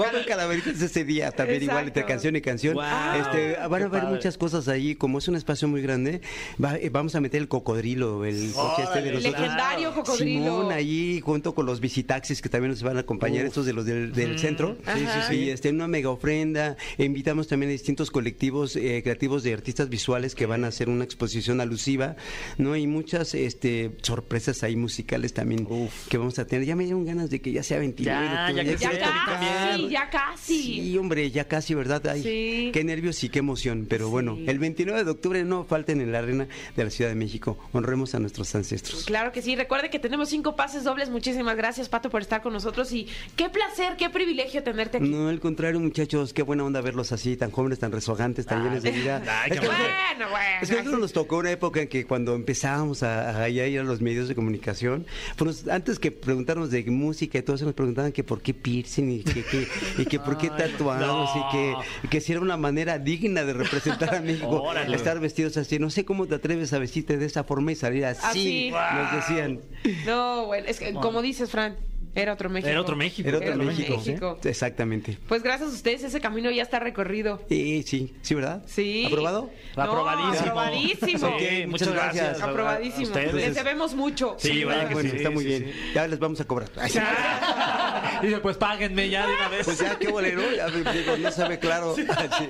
Speaker 5: Va a haber calaveritas ese día también,
Speaker 2: Exacto.
Speaker 5: igual entre canción y canción.
Speaker 3: Guau,
Speaker 5: este, van a haber
Speaker 6: padre.
Speaker 5: muchas cosas ahí, como es un espacio muy grande, va- eh, vamos a meter el cocodrilo, el coche este de
Speaker 2: El
Speaker 5: nosotros.
Speaker 2: legendario cocodrilo.
Speaker 5: Simón ahí junto con los visitaxis que también nos van a acompañar, estos de los del, del centro.
Speaker 2: Ajá.
Speaker 5: Y este, una mega ofrenda. Invitamos también a distintos colectivos eh, creativos de artistas visuales que van a hacer una exposición alusiva, ¿no? Y muchas este, sorpresas ahí musicales también que vamos a tener. Ya me dieron ganas de que ya sea 29.
Speaker 6: Ya,
Speaker 5: tú,
Speaker 6: ya que
Speaker 5: quiero
Speaker 2: ya
Speaker 6: Sí,
Speaker 2: casi,
Speaker 5: tocar.
Speaker 2: ya casi.
Speaker 5: Sí, hombre, ya casi, ¿verdad? Ay,
Speaker 2: Sí.
Speaker 5: Qué nervios y qué emoción. Pero bueno, el 29 de octubre no falten en la arena de la Ciudad de México. Honremos a nuestros ancestros.
Speaker 2: Claro que sí, recuerde que tenemos cinco pases dobles. Muchísimas gracias, Pato, por estar con nosotros y qué placer, qué privilegio tenerte aquí.
Speaker 5: No, al contrario, muchachos, qué buena onda verlos así, tan jóvenes, tan resogantes, tan llenos de vida.
Speaker 3: ay,
Speaker 5: Es que
Speaker 3: qué
Speaker 5: nosotros-
Speaker 2: Bueno, bueno.
Speaker 5: Es que a nosotros nos tocó una época en que cuando empezábamos a, a ir a los medios de comunicación, pues antes que preguntarnos de música y todo eso, nos preguntaban que por qué piercing y que, que- y que por qué tatuados y que, que si era una manera digna de representar a México,
Speaker 3: Órale.
Speaker 5: estar vestidos así. No sé cómo te atreves a vestirte de esa forma y salir
Speaker 2: Así.
Speaker 5: así, nos decían.
Speaker 2: No, bueno, es que como dices, Fran, era otro México.
Speaker 3: Era otro México.
Speaker 5: Era otro México.
Speaker 2: México.
Speaker 5: ¿eh? Exactamente.
Speaker 2: Pues gracias a ustedes ese camino ya está recorrido.
Speaker 5: Y sí, sí, ¿verdad?
Speaker 2: Sí.
Speaker 5: ¿Aprobado?
Speaker 2: No,
Speaker 6: Aprobadísimo.
Speaker 2: aprobadísimo.
Speaker 5: Ok,
Speaker 6: Sí,
Speaker 5: muchas
Speaker 6: muchas gracias.
Speaker 5: gracias.
Speaker 2: Aprobadísimo.
Speaker 6: A ustedes.
Speaker 2: Les debemos mucho.
Speaker 3: Sí, vaya
Speaker 5: Ah,
Speaker 3: que
Speaker 5: bueno,
Speaker 3: sí,
Speaker 5: está muy
Speaker 6: sí,
Speaker 5: bien. Ya les vamos a cobrar. Ay, sí.
Speaker 6: Dice, pues páguenme ya de una vez.
Speaker 5: Pues ya, qué bolero, ya me- digo, no se ve claro. <laughs> Sí.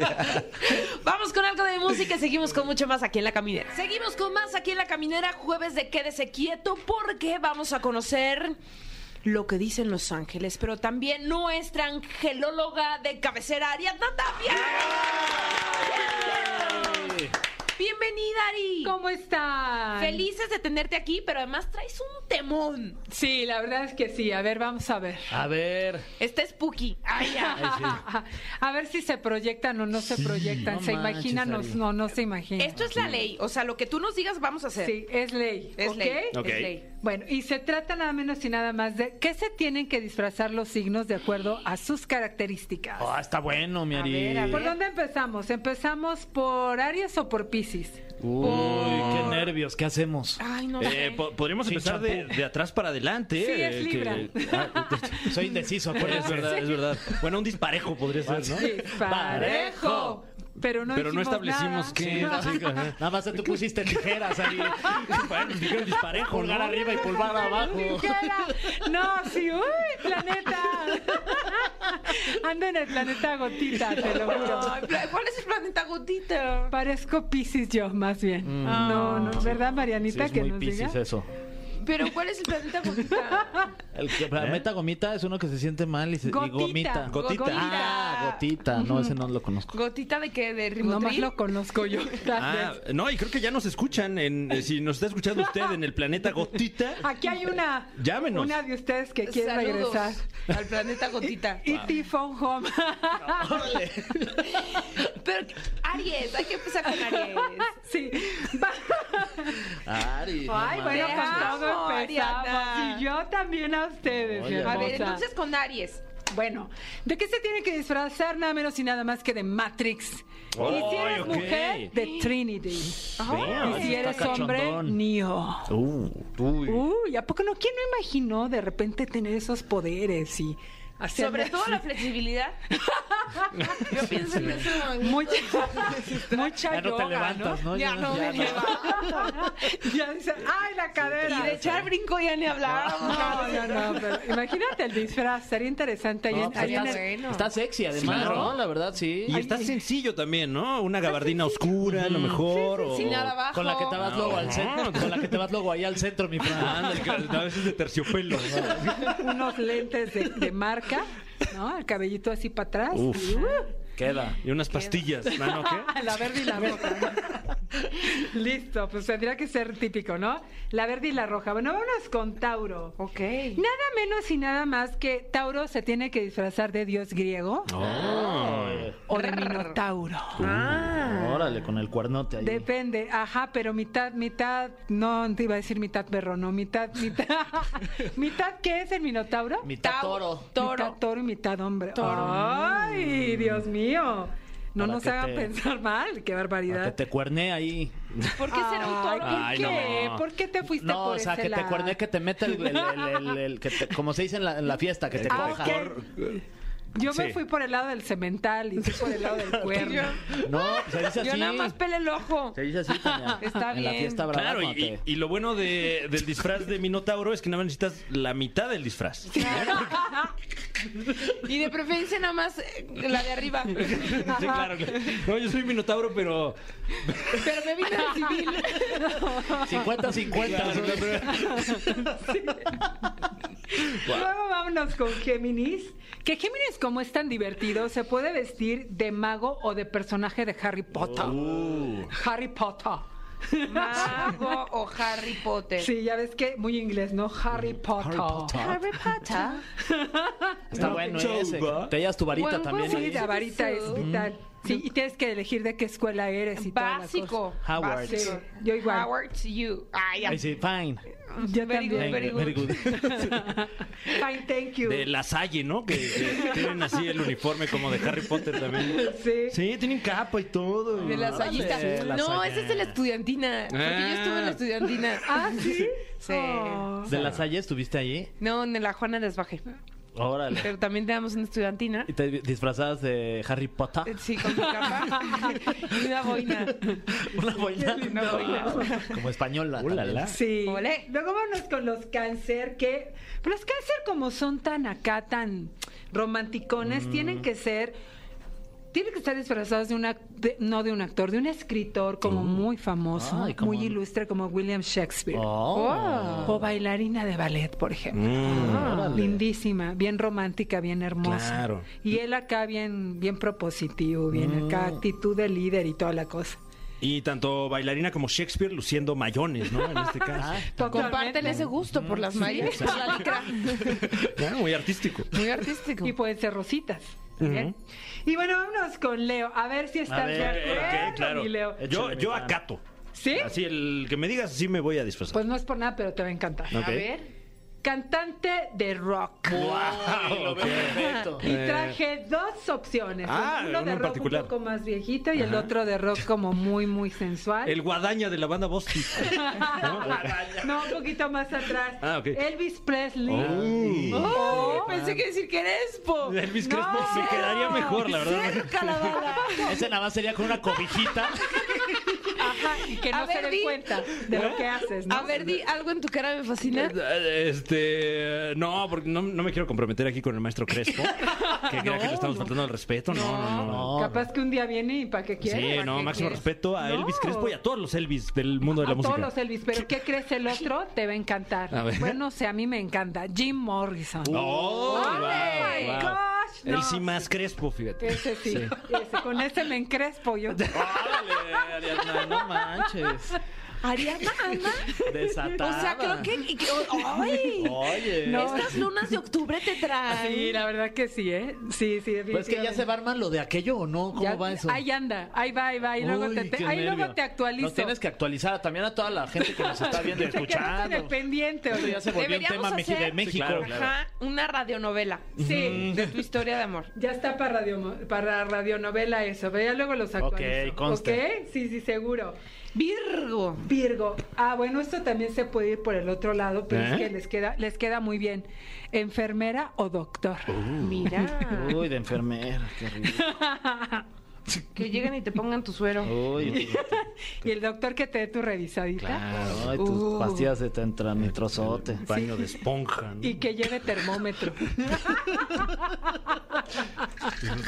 Speaker 2: Vamos con algo de música y seguimos con mucho más aquí en La Caminera. Seguimos con más aquí en La Caminera, jueves de Quédese Quieto, porque vamos a conocer lo que dicen Los Ángeles, pero también nuestra angelóloga de cabecera, Ariadna Tapia. Bienvenida, Ari.
Speaker 7: ¿Cómo están?
Speaker 2: Felices de tenerte aquí, pero además traes un temón.
Speaker 7: Sí, la verdad es que sí. A ver, vamos a ver.
Speaker 6: A ver.
Speaker 2: Está spooky. Ay, ya.
Speaker 7: <laughs> a ver si se proyectan o no se proyectan.
Speaker 6: No
Speaker 7: ¿Se
Speaker 6: manches,
Speaker 7: imaginan o
Speaker 6: Ari.
Speaker 7: no, no se imaginan?
Speaker 2: Esto es la ley. O sea, lo que tú nos digas, vamos a hacer.
Speaker 7: Sí, es ley.
Speaker 2: Es
Speaker 7: ¿ok?
Speaker 2: ley.
Speaker 3: Ok.
Speaker 2: Es ley.
Speaker 7: Bueno, y se trata nada menos y nada más de que se tienen que disfrazar los signos de acuerdo a sus características.
Speaker 4: Ah, está bueno, mi
Speaker 2: A
Speaker 4: Ari.
Speaker 2: ver, a ver.
Speaker 7: ¿Por dónde empezamos? ¿Empezamos por Aries o por Piscis?
Speaker 4: Uy, qué nervios, ¿qué hacemos?
Speaker 2: Ay, no
Speaker 3: Eh,
Speaker 2: sé.
Speaker 3: po- podríamos
Speaker 4: Sin
Speaker 3: empezar de,
Speaker 4: champú.
Speaker 3: de atrás para adelante.
Speaker 7: Sí,
Speaker 3: eh, <laughs>
Speaker 7: es Libra.
Speaker 3: ah,
Speaker 4: Soy indeciso,
Speaker 3: es
Speaker 4: acuérdense.
Speaker 3: verdad, es verdad. Bueno, un disparejo podría
Speaker 7: <laughs>
Speaker 3: ser, ¿no?
Speaker 7: Parejo. Pero no,
Speaker 3: Pero no
Speaker 7: hicimos
Speaker 3: establecimos
Speaker 7: nada.
Speaker 3: qué. así que, ajá.
Speaker 4: Nada más tú pusiste tijeras, <laughs> Ari.
Speaker 3: Bueno, dijeron disparejo,
Speaker 4: Pulgar
Speaker 3: ¿no?
Speaker 4: arriba y pulgar abajo.
Speaker 2: Oh.
Speaker 7: Ligera. No, sí, uy, planeta.
Speaker 2: <laughs>
Speaker 7: Ando en el planeta gotita, te lo juro.
Speaker 2: Ay, pla- ¿Cuál es el planeta gotita?
Speaker 7: Parezco Piscis yo, más bien. No,
Speaker 2: Ah.
Speaker 7: no, ¿verdad,
Speaker 4: Mm. Sí,
Speaker 7: Marianita?
Speaker 4: es
Speaker 7: que
Speaker 4: muy
Speaker 7: nos
Speaker 4: piscis
Speaker 7: diga.
Speaker 4: eso.
Speaker 2: Pero ¿cuál es el planeta gotita?
Speaker 4: El que la meta gomita es uno que se siente mal y, se, y
Speaker 7: Gotita.
Speaker 4: gomita.
Speaker 3: Gotita.
Speaker 4: Ah, gotita. No, ese no lo conozco.
Speaker 2: ¿Gotita de qué? ¿De
Speaker 7: No
Speaker 2: Ribotril?
Speaker 7: más lo
Speaker 2: <laughs>
Speaker 7: conozco yo.
Speaker 3: Ah, no, y creo que ya nos escuchan. En, eh, si nos está escuchando usted en el planeta Gotita,
Speaker 7: <laughs> Aquí hay una.
Speaker 3: Llámenos.
Speaker 7: Una de ustedes que quiere
Speaker 2: Saludos
Speaker 7: regresar.
Speaker 2: al planeta gotita.
Speaker 7: Y
Speaker 4: Ah.
Speaker 7: Tifón Home. <laughs>
Speaker 2: Pero Aries, hay que empezar con Aries.
Speaker 7: sí. Va-
Speaker 4: Ari.
Speaker 7: Ay, bueno,
Speaker 2: manches.
Speaker 7: con todo
Speaker 2: Te amo,
Speaker 7: empezamos.
Speaker 2: Ariana.
Speaker 7: Y yo también a ustedes. mi
Speaker 4: Oye.
Speaker 2: A ver,
Speaker 7: hermosa.
Speaker 2: entonces con Aries.
Speaker 7: Bueno, ¿de qué se tiene que disfrazar nada menos y nada más que de Matrix? y si
Speaker 4: Oh,
Speaker 7: eres
Speaker 3: Ay, ok.
Speaker 7: mujer, de Trinity.
Speaker 3: Damn,
Speaker 7: y si eres hombre,
Speaker 4: ah, cachondón.
Speaker 7: Neo.
Speaker 4: Uh.
Speaker 3: uy.
Speaker 7: Uy, ¿a poco no? ¿Quién no imaginó de repente tener esos poderes y hacer...
Speaker 2: Sobre todo la flexibilidad. Yo pienso en eso. <laughs>
Speaker 7: Mucha, mucha
Speaker 4: Ya no te
Speaker 7: yoga,
Speaker 4: levantas, ¿no?
Speaker 2: Ya no me
Speaker 7: <laughs> Ya dice, ¡ay, la cadera!
Speaker 2: Y de echar brinco ya ni hablar.
Speaker 7: No, no, no, pero imagínate el disfraz, estaría interesante. ahí
Speaker 4: No,
Speaker 7: en-
Speaker 4: pues
Speaker 7: ahí en
Speaker 4: estás-
Speaker 7: el-
Speaker 2: bueno.
Speaker 4: Está sexy, además,
Speaker 3: Claro.
Speaker 4: ¿no? La verdad, sí.
Speaker 3: Y está sencillo también, ¿no? Una gabardina oscura, a lo mejor. o...
Speaker 2: Sin nada abajo.
Speaker 4: Con la que te vas luego al centro. Con la que te vas luego ahí al centro, mi
Speaker 3: Ah,
Speaker 4: plan.
Speaker 3: ándale, que a veces de terciopelo.
Speaker 7: <laughs> unos lentes de, de marca, ¿no? El cabellito así para atrás.
Speaker 3: Uf.
Speaker 7: Y, uh,
Speaker 4: Queda.
Speaker 3: Y unas pastillas. Ah,
Speaker 7: <laughs>
Speaker 3: ¿no? ¿Qué?
Speaker 7: la verde y la roja. <laughs> Listo, pues tendría que ser típico, ¿no? La verde y la roja. Bueno, vámonos con Tauro.
Speaker 2: Ok.
Speaker 7: Nada menos y nada más que Tauro se tiene que disfrazar de dios griego o de minotauro.
Speaker 4: Ah. Órale, con el cuernote ahí.
Speaker 7: Depende, ajá, pero mitad, mitad, no te iba a decir mitad perro, no, mitad, mitad, <laughs> mitad, ¿qué es el minotauro?
Speaker 4: Mitad toro.
Speaker 7: Mitad toro y mitad hombre. Ay, Dios mío. No
Speaker 4: Para
Speaker 7: nos
Speaker 4: que
Speaker 7: hagan
Speaker 4: te-
Speaker 7: pensar mal, qué
Speaker 4: Para que
Speaker 7: barbaridad.
Speaker 4: te cuerne ahí.
Speaker 2: ¿Por qué será un toro?
Speaker 7: ¿Por
Speaker 4: Ay,
Speaker 7: qué?
Speaker 4: no.
Speaker 7: ¿Por qué te fuiste
Speaker 4: No,
Speaker 7: por
Speaker 4: o sea,
Speaker 7: ese
Speaker 4: que te
Speaker 7: lado?
Speaker 4: cuerne, que te meta el, el- el- el- el- que te- como se dice en la, en la fiesta, que te
Speaker 7: Ah,
Speaker 4: coja.
Speaker 7: ok. Yo me
Speaker 3: Sí.
Speaker 7: fui por el lado del cemental y tú por el lado del
Speaker 4: <laughs>
Speaker 7: cuerno.
Speaker 4: No, se dice así.
Speaker 2: Yo nada más pele el ojo. <laughs>
Speaker 4: Se dice así, Tania.
Speaker 7: <laughs> Está
Speaker 4: En la
Speaker 7: bien.
Speaker 4: fiesta brava.
Speaker 3: Claro, y,
Speaker 4: cuando te-
Speaker 3: y- y lo bueno de- del disfraz de Minotauro es que nada más necesitas la mitad del disfraz.
Speaker 2: Y de preferencia nada más eh, la de arriba.
Speaker 3: <laughs> Sí, claro. claro. No, yo soy Minotauro,
Speaker 7: <laughs>
Speaker 3: pero.
Speaker 2: Pero me vine al civil.
Speaker 4: 50-50.
Speaker 7: Luego vámonos con Géminis. Que Géminis, como es tan divertido, se puede vestir de mago o de personaje de Harry Potter.
Speaker 4: Uh.
Speaker 7: Harry Potter.
Speaker 2: Mago o Harry Potter.
Speaker 7: Sí, ya ves que muy inglés, ¿no? Harry Potter.
Speaker 2: Harry Potter.
Speaker 4: Está bueno ese. Te llevas tu varita
Speaker 2: Bueno,
Speaker 4: también.
Speaker 7: Sí,
Speaker 4: ahí. Mm.
Speaker 7: la varita es vital. Sí, y tienes que elegir de qué escuela eres y toda la
Speaker 2: Básico.
Speaker 7: cosa.
Speaker 4: Howard.
Speaker 7: Sí,
Speaker 2: Básico.
Speaker 7: yo igual.
Speaker 2: Howard's you. Ay,
Speaker 4: Ahí
Speaker 2: ay.
Speaker 4: sí, fine.
Speaker 7: Yo
Speaker 2: Very good,
Speaker 7: también.
Speaker 2: very good.
Speaker 7: <laughs> Fine, thank you.
Speaker 3: De la Salle, ¿no? Que, que tienen así el uniforme como de Harry Potter
Speaker 7: <laughs>
Speaker 3: también.
Speaker 7: Sí.
Speaker 3: Sí, tienen capa y todo.
Speaker 2: De la sayita.
Speaker 4: sí, la
Speaker 2: no,
Speaker 4: saya.
Speaker 2: ese es de la estudiantina. Porque yo estuve en la estudiantina. <laughs>
Speaker 7: Ah,
Speaker 4: <laughs>
Speaker 7: sí.
Speaker 2: Sí.
Speaker 7: Oh.
Speaker 4: ¿De la Salle estuviste allí?
Speaker 2: No, en la Juana les bajé.
Speaker 4: Órale.
Speaker 2: Pero también teníamos una estudiantina.
Speaker 4: ¿Y te disfrazabas de Harry
Speaker 2: Eh,
Speaker 4: Potter?
Speaker 2: Sí, con mi capa. y una boina.
Speaker 4: <laughs> Una boina.
Speaker 2: Una boina.
Speaker 4: Como española. también.
Speaker 7: Sí.
Speaker 2: Ole.
Speaker 7: Luego vámonos con los cáncer, que pues los cáncer como son tan acá, tan
Speaker 4: Mm.
Speaker 7: romanticones, tienen que ser, tienen que estar disfrazados de una, no de un actor, de un escritor como muy famoso,
Speaker 4: Oh. Ay, como-
Speaker 7: muy ilustre como William Shakespeare.
Speaker 4: Oh.
Speaker 7: O bailarina de ballet, por ejemplo.
Speaker 3: Mm.
Speaker 7: Ah, lindísima, bien romántica, bien hermosa.
Speaker 3: Claro.
Speaker 7: Y él acá bien, bien propositivo, bien acá,
Speaker 3: Ah.
Speaker 7: actitud de líder y toda la cosa.
Speaker 3: Y tanto bailarina como Shakespeare luciendo mayones, ¿no? En este caso.
Speaker 7: Ah.
Speaker 2: Comparten ese gusto por las mayas, por la licra.
Speaker 3: Ya, Ah, muy artístico.
Speaker 2: Muy artístico.
Speaker 7: Y pueden ser rositas. también. Y bueno, vámonos con Leo. A ver si estás
Speaker 4: ver,
Speaker 7: de
Speaker 4: ok,
Speaker 7: acuerdo,
Speaker 3: Ok, claro.
Speaker 7: mi Leo.
Speaker 4: Échale,
Speaker 3: Yo,
Speaker 4: mi
Speaker 3: yo
Speaker 4: pana.
Speaker 3: acato.
Speaker 7: ¿Sí?
Speaker 3: Así, el que me digas, sí me voy a disfrazar.
Speaker 7: Pues no es por nada, pero te va a encantar.
Speaker 3: Ok.
Speaker 2: A ver.
Speaker 7: Cantante de rock.
Speaker 3: Wow, ok.
Speaker 7: Y traje dos opciones.
Speaker 3: Eh.
Speaker 7: Pues
Speaker 3: Ah,
Speaker 7: uno
Speaker 3: uno
Speaker 7: de
Speaker 3: en
Speaker 7: rock
Speaker 3: particular.
Speaker 7: un poco más viejito y el otro de rock como muy, muy sensual.
Speaker 3: El guadaña de la banda
Speaker 7: <laughs>
Speaker 3: Bosti.
Speaker 2: <laughs>
Speaker 7: no, un poquito más atrás.
Speaker 3: Ah, ok.
Speaker 7: Elvis Presley.
Speaker 2: Oh, pensé que decir que eres po.
Speaker 3: Elvis Crespo se quedaría mejor, la verdad.
Speaker 2: Cerca la bala.
Speaker 4: Ese nada más sería con una cobijita.
Speaker 7: Ajá, y que
Speaker 2: A
Speaker 7: no se
Speaker 2: ver,
Speaker 7: den
Speaker 2: di-
Speaker 7: cuenta de lo que haces, ¿no?
Speaker 2: A ver, di algo en tu cara me fascina.
Speaker 3: Este, no, porque no, no me quiero comprometer aquí con el maestro Crespo, que crea que le estamos faltando al respeto. No, no, no.
Speaker 7: Capaz que un día viene y para qué quieres.
Speaker 3: Sí, no, máximo respeto a Elvis Crespo y a todos los Elvis del mundo de la
Speaker 7: a
Speaker 3: música.
Speaker 7: todos los Elvis, pero ¿qué crees el otro? Te va a encantar.
Speaker 3: A ver.
Speaker 7: Bueno, o sea, a mí me encanta. Jim Morrison.
Speaker 3: ¡Oh!
Speaker 7: ¡Oh,
Speaker 3: wow,
Speaker 7: my
Speaker 3: wow.
Speaker 7: gosh!
Speaker 3: Él
Speaker 7: No,
Speaker 3: sí más Crespo, fíjate.
Speaker 7: Ese sí, ese, con ese me
Speaker 3: <laughs>
Speaker 7: encrespo yo.
Speaker 4: no manches.
Speaker 2: Ariana Ana. O
Speaker 4: Desatada.
Speaker 2: sea, creo que. y que- ¡Ay!
Speaker 4: Oh, Oye.
Speaker 7: No.
Speaker 2: Estas lunas de octubre te
Speaker 3: Ah,
Speaker 2: traen.
Speaker 7: Sí, la verdad que sí, ¿eh? Sí, sí, definitivamente.
Speaker 4: Pues que ya se va armando lo de aquello o no, ¿cómo
Speaker 7: Ya-
Speaker 4: va eso?
Speaker 7: Ahí anda, ahí va, ahí va, ahí, luego,
Speaker 4: Uy,
Speaker 7: te, te-
Speaker 4: qué
Speaker 7: ahí luego
Speaker 4: nervio.
Speaker 7: te actualizo.
Speaker 4: Nos tienes que actualizar también a toda la gente que
Speaker 7: <laughs>
Speaker 4: nos está viendo y
Speaker 7: Te quedaste en el
Speaker 4: escuchando.
Speaker 7: pendiente,
Speaker 4: Esto
Speaker 7: oye.
Speaker 4: ya se volvió un tema
Speaker 2: Deberíamos
Speaker 4: Meji- de
Speaker 2: hacer-
Speaker 4: México.
Speaker 3: Sí, claro, claro.
Speaker 2: Ajá, una radionovela.
Speaker 7: Sí.
Speaker 2: De tu historia de amor.
Speaker 7: Ya está para radio para radionovela eso, pero ya luego los actualizo.
Speaker 4: conste.
Speaker 7: ¿Ok? Sí, sí, seguro.
Speaker 2: Virgo.
Speaker 7: Virgo. Ah, bueno, esto también se puede ir por el otro lado, pero
Speaker 3: ¿Eh?
Speaker 7: es que les queda les queda muy bien. Enfermera o doctor.
Speaker 4: Mm.
Speaker 2: Mira.
Speaker 4: Uy, de enfermera, qué rico.
Speaker 2: Que lleguen y te pongan tu suero.
Speaker 7: <laughs>
Speaker 4: Uy,
Speaker 7: Y el doctor que te dé tu revisadita.
Speaker 4: claro, ay, tus
Speaker 7: Uh.
Speaker 4: pastillas de <laughs> tetramitrozote.
Speaker 3: Baño de esponja. ¿no?
Speaker 7: Y que
Speaker 4: <laughs>
Speaker 7: lleve termómetro.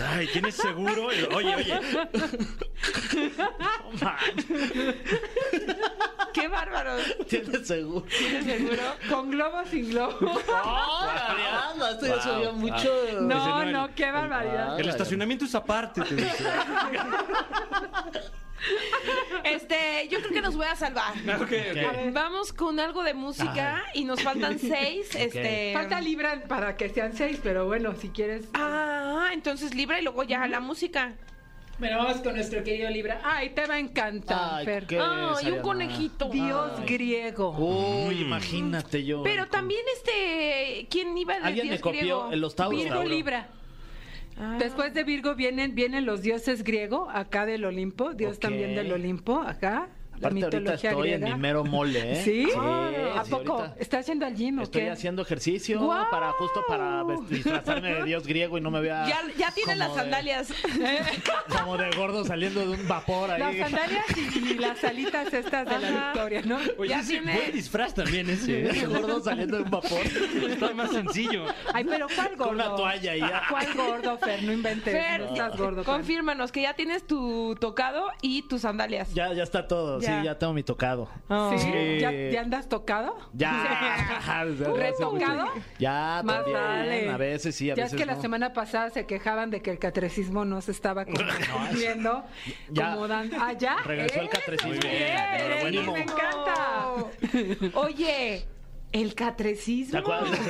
Speaker 3: Ay, ¿tienes seguro? Oye, oye.
Speaker 2: ¡Qué bárbaro!
Speaker 4: ¿Tienes <laughs> seguro?
Speaker 2: ¿Tienes seguro?
Speaker 7: Con globo sin globo.
Speaker 4: Ariana, esto ya subió mucho.
Speaker 7: No,
Speaker 3: el-
Speaker 7: no, qué barbaridad.
Speaker 3: El estacionamiento es aparte. te dice.
Speaker 2: Este, yo creo que nos voy a
Speaker 4: <laughs>
Speaker 2: salvar. A ver, Vamos con algo de música
Speaker 4: Ah.
Speaker 2: y nos faltan seis. Este.
Speaker 7: Falta Libra para que sean seis, pero bueno, si quieres.
Speaker 2: Ah, entonces Libra y luego ya la música.
Speaker 7: Bueno, vamos con nuestro querido Libra. Ay, te va a encantar,
Speaker 4: Ay,
Speaker 7: Fer.
Speaker 4: qué- Uh.
Speaker 2: Ah, y un
Speaker 4: Ariana?
Speaker 2: conejito.
Speaker 7: Dios griego.
Speaker 4: Uy, imagínate yo.
Speaker 2: Pero también este, ¿quién iba de
Speaker 4: Alguien me
Speaker 2: Dios
Speaker 4: copió
Speaker 2: griego?
Speaker 4: en los Tauro.
Speaker 7: Virgo
Speaker 4: Tauro.
Speaker 7: Libra.
Speaker 4: Ah.
Speaker 7: Después de Virgo vienen, vienen los dioses griegos, acá del Olimpo, Dios
Speaker 4: Ok.
Speaker 7: también del Olimpo, acá, la
Speaker 4: Aparte, ahorita
Speaker 7: mitología
Speaker 4: estoy
Speaker 7: griega.
Speaker 4: en mi mero mole, ¿eh?
Speaker 7: <laughs> ¿Sí?
Speaker 4: sí,
Speaker 7: ¿A poco?
Speaker 4: ahorita.
Speaker 7: ¿Estás yendo al gym o
Speaker 4: Estoy
Speaker 7: qué?
Speaker 4: haciendo ejercicio
Speaker 7: ¡Guau!
Speaker 4: para justo para vest- disfrazarme de dios griego y no me vea.
Speaker 2: Ya, ya tiene
Speaker 4: como
Speaker 2: las
Speaker 4: de-
Speaker 2: sandalias.
Speaker 4: <laughs> como de gordo saliendo de un vapor <laughs>
Speaker 7: Las
Speaker 4: ahí.
Speaker 7: sandalias y, y las alitas estas de la
Speaker 2: Ajá.
Speaker 7: victoria, ¿no?
Speaker 3: Oye,
Speaker 2: Ya
Speaker 3: ese
Speaker 2: tiene-
Speaker 3: buen disfraz también ese.
Speaker 4: De
Speaker 7: <laughs>
Speaker 3: ¿eh?
Speaker 4: gordo saliendo de un vapor.
Speaker 3: Está más sencillo.
Speaker 7: Ay, pero ¿cuál gordo?
Speaker 4: Con una toalla y ya.
Speaker 7: ¿Cuál gordo, Fer? No inventes.
Speaker 2: Fer,
Speaker 7: no estás gordo. Fer.
Speaker 2: confírmanos que ya tienes tu tocado y tus sandalias.
Speaker 4: Ya, ya está todo.
Speaker 2: Ya.
Speaker 4: Sí, ya tengo mi tocado.
Speaker 7: ¿Sí?
Speaker 4: Sí.
Speaker 7: ¿Ya, ya andas tocado?
Speaker 4: Ya. <laughs>
Speaker 7: ¿Retocado?
Speaker 4: Ya,
Speaker 7: <laughs> Más
Speaker 4: también.
Speaker 7: vale.
Speaker 4: A veces sí, a
Speaker 7: ya
Speaker 4: veces
Speaker 7: es que la
Speaker 4: no.
Speaker 7: semana pasada se quejaban de que el catrecismo no se estaba
Speaker 4: <laughs>
Speaker 7: cumpliendo.
Speaker 4: Ya.
Speaker 7: Como dan... Ah, ya.
Speaker 4: Regresó el
Speaker 7: Eso,
Speaker 4: catrecismo.
Speaker 7: muy bien,
Speaker 4: Enhorabuena.
Speaker 7: eso, Me encanta. <laughs>
Speaker 2: Oye, el catrecismo.
Speaker 4: ¿Te acuerdas?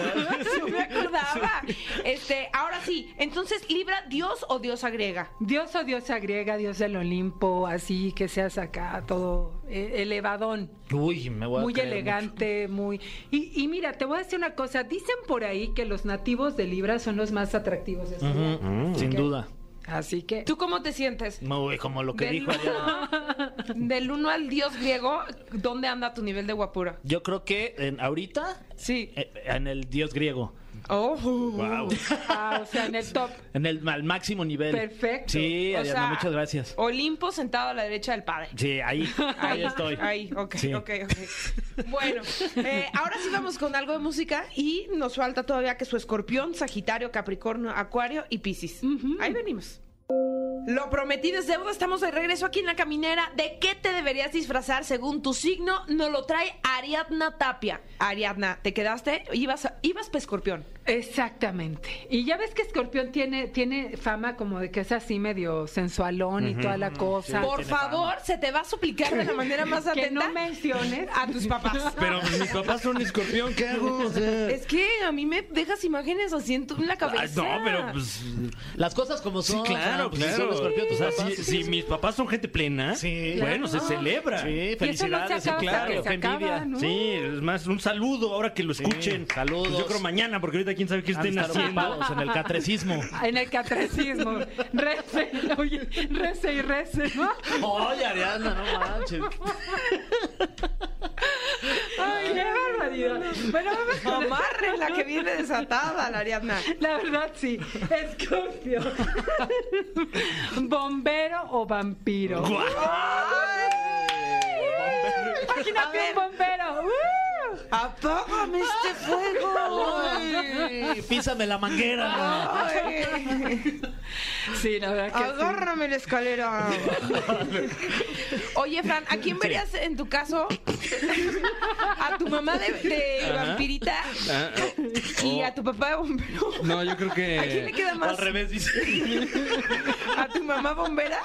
Speaker 2: No me acordaba. Este, ahora sí, entonces Libra, Dios o Dios agrega.
Speaker 7: Dios o diosa griega, Dios del Olimpo, así que seas acá todo eh, elevadón.
Speaker 4: Uy, me voy a
Speaker 7: muy
Speaker 4: creer
Speaker 7: elegante, muy... Y, y mira, te voy a decir una cosa, dicen por ahí que los nativos de Libra son los más atractivos de este
Speaker 4: mucho.
Speaker 7: lado.
Speaker 4: Mm, Sin duda.
Speaker 7: Así que...
Speaker 2: ¿Tú cómo te sientes?
Speaker 4: Uy, como lo que
Speaker 2: Del
Speaker 4: dijo Ariana.
Speaker 2: uno- <laughs> Del 1 al Dios griego, ¿dónde anda tu nivel de guapura?
Speaker 4: Yo creo que en, ahorita
Speaker 2: Sí.
Speaker 4: eh, en el dios griego,
Speaker 2: Oh. <laughs>
Speaker 7: Ah, o sea, en el top.
Speaker 4: en el al máximo nivel.
Speaker 7: Perfecto.
Speaker 4: Sí,
Speaker 2: O
Speaker 4: Ariana,
Speaker 2: sea,
Speaker 4: muchas gracias.
Speaker 2: Olimpo sentado a la derecha del padre.
Speaker 4: Sí, ahí, ahí estoy.
Speaker 2: Ahí, ok,
Speaker 4: Sí.
Speaker 2: ok, ok. Bueno, eh, ahora sí vamos con algo de música y nos falta todavía que su escorpión, Sagitario, Capricornio, Acuario y Piscis. Ahí venimos. Lo prometido es deuda, estamos de regreso aquí en la caminera. ¿De qué te deberías disfrazar según tu signo? Nos lo trae Ariadna Tapia. Ariadna, ¿te quedaste? Ibas, ibas pe escorpión.
Speaker 7: Exactamente. Y ya ves que Escorpión tiene, tiene fama como de que es así medio sensualón y toda la cosa.
Speaker 2: Por favor, se te va a suplicar de la
Speaker 7: <laughs>
Speaker 2: manera más
Speaker 7: que
Speaker 2: atenta
Speaker 7: no menciones
Speaker 2: a tus papás.
Speaker 8: Pero mis papás son escorpión, ¿qué hago? O sea,
Speaker 2: Es que a mí me dejas imágenes así en, tu- en la
Speaker 3: Ah,
Speaker 8: ay,
Speaker 2: cabeza.
Speaker 8: no, pero pues.
Speaker 6: Las cosas como son.
Speaker 8: Claro,
Speaker 6: o sea, pues, si son
Speaker 8: claro.
Speaker 6: escorpión,
Speaker 8: O
Speaker 6: tus
Speaker 8: sea,
Speaker 6: papás.
Speaker 8: si, si mis papás son gente plena,
Speaker 6: Sí. Ah,
Speaker 8: bueno, se
Speaker 7: Claro.
Speaker 8: celebra.
Speaker 6: Sí,
Speaker 7: Y eso no se
Speaker 6: felicidades, sí,
Speaker 7: acaba hasta
Speaker 6: claro,
Speaker 7: que se
Speaker 6: qué envidia.
Speaker 7: acaba, ¿no?
Speaker 3: Sí, es más, un saludo ahora que lo escuchen.
Speaker 6: saludos.
Speaker 3: Pues yo creo mañana, porque ahorita quién sabe qué
Speaker 6: Han de
Speaker 3: estén
Speaker 6: estar
Speaker 3: haciendo.
Speaker 6: ocupados en el
Speaker 8: <laughs>
Speaker 6: catrecismo.
Speaker 7: En el catecismo. Rece, oye, rece y rece, ¿no?
Speaker 6: Oye, Ariana, no manches.
Speaker 7: Ay, qué barbaridad. Bueno, vamos con el-
Speaker 2: Amarren la que viene desatada, la Ariadna.
Speaker 7: La verdad, sí.
Speaker 2: <laughs>
Speaker 7: Escorpio. ¿Bombero o vampiro?
Speaker 2: A
Speaker 7: Imagínate
Speaker 2: ver.
Speaker 7: un bombero. ¡Uh!
Speaker 2: Apágame este fuego.
Speaker 6: Ay, Písame la manguera.
Speaker 7: Sí, la verdad que sí.
Speaker 2: Agárrame la escalera. Oye, Fran, ¿a quién verías en tu caso? ¿A tu mamá de, de vampirita
Speaker 8: Ah,
Speaker 2: y a tu papá de bombero?
Speaker 8: No, yo creo que.
Speaker 2: ¿A quién le queda más?
Speaker 6: Al revés, dice.
Speaker 2: ¿A tu mamá bombera?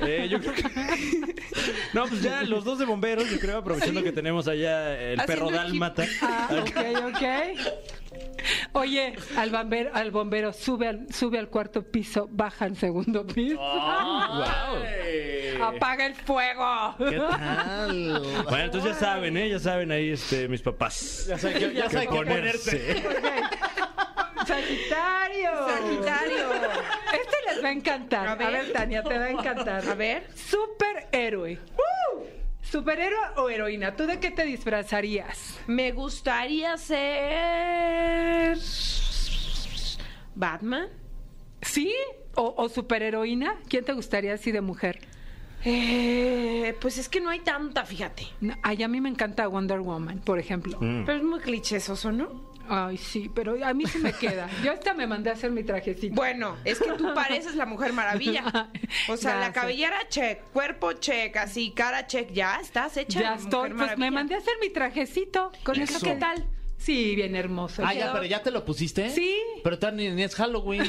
Speaker 8: Eh, yo creo que... <laughs> No, pues ya los dos de bomberos, yo creo, aprovechando que tenemos allá el
Speaker 2: Haciendo
Speaker 8: perro
Speaker 2: equipo.
Speaker 8: dálmata.
Speaker 7: Ah, ok, ok. Oye, al bombero, al bombero sube, al, sube al cuarto piso, baja al segundo piso.
Speaker 2: Ah.
Speaker 7: ¡Apaga el fuego!
Speaker 6: ¿Qué tal?
Speaker 8: Bueno, entonces ya saben, ¿eh? Ya saben ahí este, mis papás.
Speaker 6: <laughs> Ya sé que, ya sé que ponerse.
Speaker 7: Ok. Sagitario.
Speaker 2: Sagitario.
Speaker 7: Este les va a encantar.
Speaker 2: A
Speaker 7: A
Speaker 2: ver.
Speaker 7: ver, Tania, te va a encantar.
Speaker 2: A ver.
Speaker 7: Superhéroe. ¡Uh! Superhéroe o heroína. ¿Tú de qué te disfrazarías?
Speaker 2: Me gustaría ser. Batman.
Speaker 7: ¿Sí? ¿O, o superheroína? ¿Quién te gustaría así de mujer?
Speaker 2: Eh, pues es que no hay tanta, fíjate.
Speaker 7: No, Ay, a mí me encanta Wonder Woman, por ejemplo.
Speaker 2: Pero es muy clichésoso, ¿no?
Speaker 7: Ay, sí, pero a mí se me queda. Yo hasta me mandé a hacer mi trajecito.
Speaker 2: Bueno, es que tú pareces la mujer maravilla. O sea, la
Speaker 7: Gracias.
Speaker 2: cabellera check, cuerpo check, así, cara check, ya estás hecha.
Speaker 7: ya
Speaker 2: mujer
Speaker 7: estoy. Pues me
Speaker 2: maravilla.
Speaker 7: mandé a hacer mi trajecito. ¿Con eso,
Speaker 2: Eso.
Speaker 7: qué tal? Sí, bien hermoso.
Speaker 6: Ah, ya, pero ya te lo pusiste.
Speaker 7: Sí.
Speaker 6: Pero tan ni, ni es Halloween.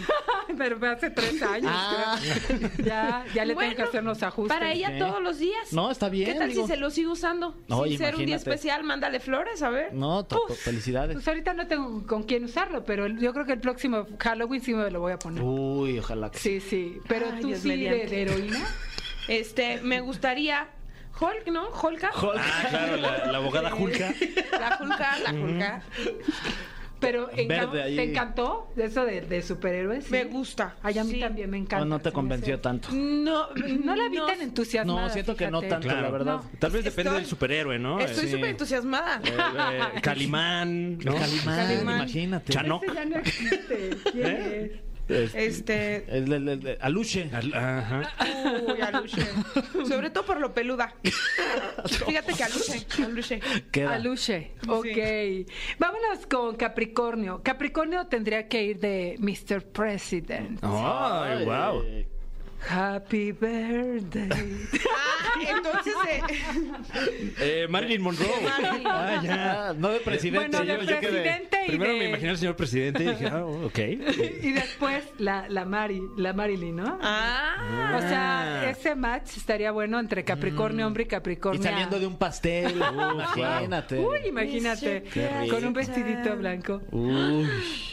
Speaker 7: Pero fue hace tres años.
Speaker 6: Ah.
Speaker 7: creo. Ya, ya le
Speaker 2: Bueno,
Speaker 7: tengo que hacer los ajustes. ¿eh?
Speaker 2: Para ella
Speaker 6: Sí.
Speaker 2: todos los días.
Speaker 6: No, está bien,
Speaker 2: ¿Qué tal
Speaker 6: digo.
Speaker 2: si se lo sigue usando?
Speaker 6: No,
Speaker 2: Sin ser un día
Speaker 6: imagínate.
Speaker 2: especial, mándale flores, a ver.
Speaker 6: No, to- to- felicidades.
Speaker 7: Pues ahorita no tengo con quién usarlo, pero yo creo que el próximo Halloween sí me lo voy a poner.
Speaker 6: Uh. Uy, ojalá que
Speaker 7: Sí, sí. Pero
Speaker 2: Ay,
Speaker 7: tú
Speaker 2: Dios
Speaker 7: sí de-
Speaker 2: mediante.
Speaker 7: de, heroína.
Speaker 2: Este, me gustaría. Hulk, ¿no? Hulka.
Speaker 3: Ah, claro, la, la abogada Julka.
Speaker 2: La Hulka, la Hulka.
Speaker 7: Pero en
Speaker 6: Verde ahí.
Speaker 7: ¿te encantó eso de, de superhéroes? Sí.
Speaker 2: Me gusta.
Speaker 7: Ay, a mí
Speaker 2: Sí.
Speaker 7: también me
Speaker 6: No,
Speaker 7: encanta.
Speaker 6: no te
Speaker 7: se me
Speaker 6: convenció
Speaker 7: hace-
Speaker 6: tanto.
Speaker 2: No,
Speaker 7: <clears throat> No la vi
Speaker 2: no
Speaker 7: tan entusiasmada.
Speaker 6: No, siento que no
Speaker 7: fíjate.
Speaker 6: tanto, la verdad.
Speaker 7: No.
Speaker 3: Tal vez depende
Speaker 2: Estoy-
Speaker 3: del superhéroe, ¿no?
Speaker 2: Estoy
Speaker 3: Eh,
Speaker 2: súper entusiasmada.
Speaker 8: <laughs>
Speaker 3: eh, Calimán, ¿no?
Speaker 6: Calimán,
Speaker 2: Calimán.
Speaker 6: imagínate.
Speaker 3: Chanoc.
Speaker 7: Ese ya no
Speaker 6: <laughs>
Speaker 7: existe.
Speaker 6: ¿Eh?
Speaker 7: ¿Quién es? eh.
Speaker 2: Este.
Speaker 6: El, el, el- el- Aluche.
Speaker 3: Al- Ajá.
Speaker 2: Uy, Aluche. Sobre todo por lo peluda. Fíjate que Aluche. Aluche.
Speaker 6: Queda.
Speaker 7: Aluche, ok. Vámonos con Capricornio. Capricornio tendría que ir de Mr. President.
Speaker 3: Ay, wow.
Speaker 8: Eh.
Speaker 6: <laughs>
Speaker 7: Happy birthday.
Speaker 2: Ah, entonces. eh,
Speaker 3: Eh, Marilyn Monroe.
Speaker 2: Mari.
Speaker 6: Ah, ya. No de presidente.
Speaker 7: bueno, de
Speaker 6: yo, yo quedé.
Speaker 7: presidente y
Speaker 3: Primero me imaginé
Speaker 7: de,
Speaker 3: al señor presidente y dije, ah, ok.
Speaker 7: <laughs> y después la, la Mari, la Marilyn, ¿no?
Speaker 2: Ah.
Speaker 7: O sea, ese match estaría bueno entre Capricornio
Speaker 6: Mm.
Speaker 7: hombre y
Speaker 6: Y
Speaker 7: Capricornio.
Speaker 6: saliendo de un pastel. imagínate.
Speaker 7: Uy, imagínate,
Speaker 2: Qué
Speaker 7: con
Speaker 2: rico.
Speaker 7: un vestidito blanco.
Speaker 6: Uy.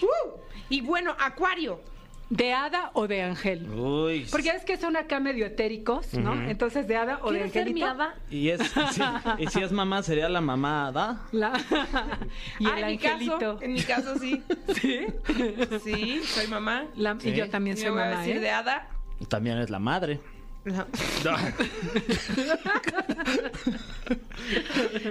Speaker 2: Uh, y bueno, Acuario.
Speaker 7: ¿De hada o de ángel?
Speaker 6: Uy.
Speaker 7: Porque es que son acá medio etéricos, ¿no? Entonces, de hada o de
Speaker 2: ¿Quieres ser
Speaker 7: angelito.
Speaker 2: mi hada?
Speaker 4: Y, es, sí, y si es mamá, sería la mamada.
Speaker 7: La- <laughs> y
Speaker 2: Ah,
Speaker 7: el
Speaker 2: en mi
Speaker 7: angelito.
Speaker 2: caso, en mi caso sí.
Speaker 7: ¿Sí?
Speaker 2: Sí, soy mamá.
Speaker 7: La- Y yo también
Speaker 2: Me
Speaker 7: soy
Speaker 2: voy a
Speaker 7: mamá,
Speaker 2: decir
Speaker 7: ¿eh?
Speaker 2: de hada.
Speaker 6: También es la madre.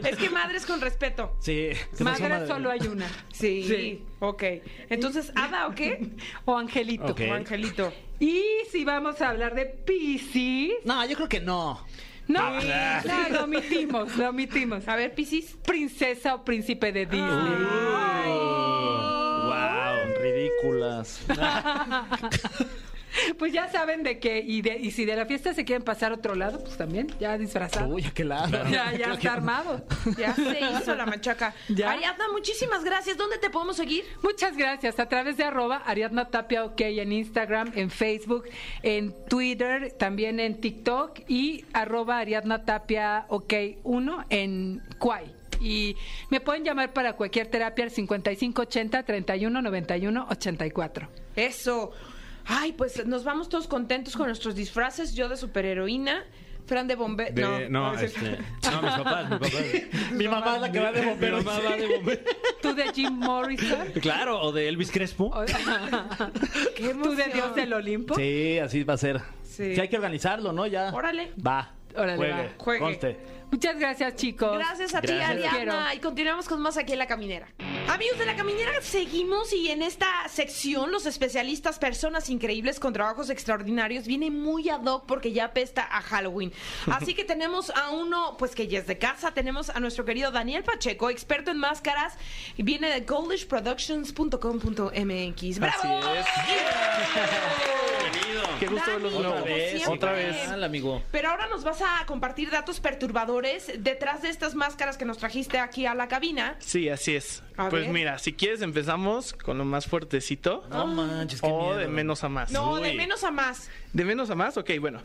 Speaker 2: Es que madres con respeto.
Speaker 6: Sí.
Speaker 7: Madre, solo hay <laughs> una.
Speaker 2: Sí,
Speaker 7: Sí.
Speaker 2: ok. Entonces, ¿hada o qué?
Speaker 7: O angelito.
Speaker 3: Eh.
Speaker 2: O angelito.
Speaker 7: Y si vamos a hablar de Piscis.
Speaker 6: No, yo creo que no.
Speaker 2: Ah,
Speaker 7: No, no, lo omitimos, lo omitimos.
Speaker 2: A ver, Piscis.
Speaker 7: Princesa o príncipe de Disney.
Speaker 3: Eh.
Speaker 6: Wow, ridículas.
Speaker 7: Pues ya saben de qué. Y, de- y si de la fiesta se quieren pasar a otro lado, pues también, ya disfrazados.
Speaker 6: Uy, a qué lado.
Speaker 2: <laughs>
Speaker 7: Ya, ya está armado.
Speaker 2: Ya se hizo la machaca.
Speaker 7: Ya.
Speaker 2: Ariadna, muchísimas gracias. ¿Dónde te podemos seguir?
Speaker 7: Muchas gracias. A través de arroba Ariadna Tapia OK en Instagram, en Facebook, en Twitter, también en TikTok y arroba Ariadna Tapia OK1 en Kwai. Y me pueden llamar para cualquier terapia al 5580 31 91 84.
Speaker 2: Eso. Ay, pues nos vamos todos contentos con nuestros disfraces. Yo de superheroína, Fran de bombero.
Speaker 8: De- no,
Speaker 2: es cierto.
Speaker 8: este, no, mis papás, mis
Speaker 3: <laughs>
Speaker 8: papás.
Speaker 6: Mi mamá es la que va de bombero.
Speaker 8: Mi mamá va de bombero.
Speaker 7: Tú de
Speaker 6: <laughs>
Speaker 7: Jim Morrison.
Speaker 8: Claro, o de Elvis Crespo.
Speaker 2: <laughs> Qué
Speaker 7: Tú de
Speaker 2: emoción.
Speaker 7: Dios del Olimpo.
Speaker 6: Sí, así va a ser.
Speaker 2: Sí.
Speaker 6: Sí. hay que organizarlo, ¿no? Ya.
Speaker 2: Órale.
Speaker 6: Va.
Speaker 7: Órale,
Speaker 6: Juegue,
Speaker 7: va.
Speaker 2: Juegue.
Speaker 6: conste.
Speaker 7: Muchas gracias, chicos.
Speaker 2: Gracias a ti,
Speaker 6: Gracias.
Speaker 2: Ariadna.
Speaker 7: Quiero.
Speaker 2: Y continuamos con más aquí en La Caminera. Amigos de La Caminera, seguimos y en esta sección los especialistas, personas increíbles con trabajos extraordinarios, viene muy ad hoc porque ya apesta a Halloween. Así que tenemos a uno, pues que ya es de casa, tenemos a nuestro querido Daniel Pacheco, experto en máscaras, y viene de goldishproductions.com.mx. ¡Bravo! <laughs>
Speaker 3: Bienvenido.
Speaker 6: Qué gusto
Speaker 2: Dani,
Speaker 6: verlos de
Speaker 2: como
Speaker 6: nuevo.
Speaker 2: siempre.
Speaker 6: Otra vez.
Speaker 2: Al
Speaker 6: amigo.
Speaker 2: Pero ahora nos vas a compartir datos perturbadores detrás de estas máscaras que nos trajiste aquí a la cabina.
Speaker 9: Sí, así es.
Speaker 2: A
Speaker 9: pues
Speaker 2: ver.
Speaker 9: mira, si quieres empezamos con lo más fuertecito
Speaker 6: No manches, qué
Speaker 9: o
Speaker 6: miedo.
Speaker 9: de menos a más.
Speaker 2: No, de menos a más.
Speaker 9: De menos a más, ok, bueno.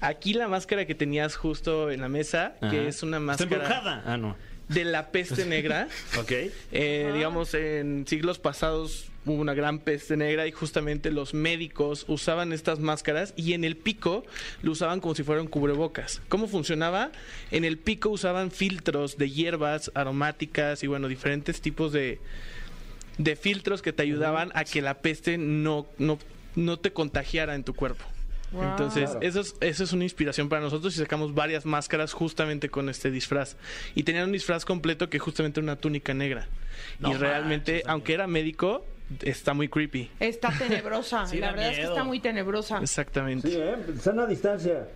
Speaker 9: Aquí la máscara que tenías justo en la mesa, que es una
Speaker 8: Está
Speaker 9: máscara
Speaker 8: embrujada. Ah, no.
Speaker 9: de la peste
Speaker 6: <laughs>
Speaker 9: negra.
Speaker 8: Ok.
Speaker 9: Eh, digamos, en siglos pasados hubo una gran peste negra y justamente los médicos usaban estas máscaras y en el pico lo usaban como si fueran cubrebocas. ¿Cómo funcionaba? En el pico usaban filtros de hierbas aromáticas y bueno, diferentes tipos de, de filtros que te ayudaban a que la peste no, no, no te contagiara en tu cuerpo. Entonces, eso es, eso es una inspiración para nosotros y sacamos varias máscaras justamente con este disfraz. Y tenían un disfraz completo que justamente era una túnica negra. y realmente, aunque era médico, está muy creepy. <laughs>
Speaker 2: Está tenebrosa.
Speaker 6: Sí,
Speaker 2: la
Speaker 6: da
Speaker 2: verdad es que
Speaker 6: miedo.
Speaker 2: está muy tenebrosa.
Speaker 9: Pues, Exactamente.
Speaker 10: eh, Sana distancia.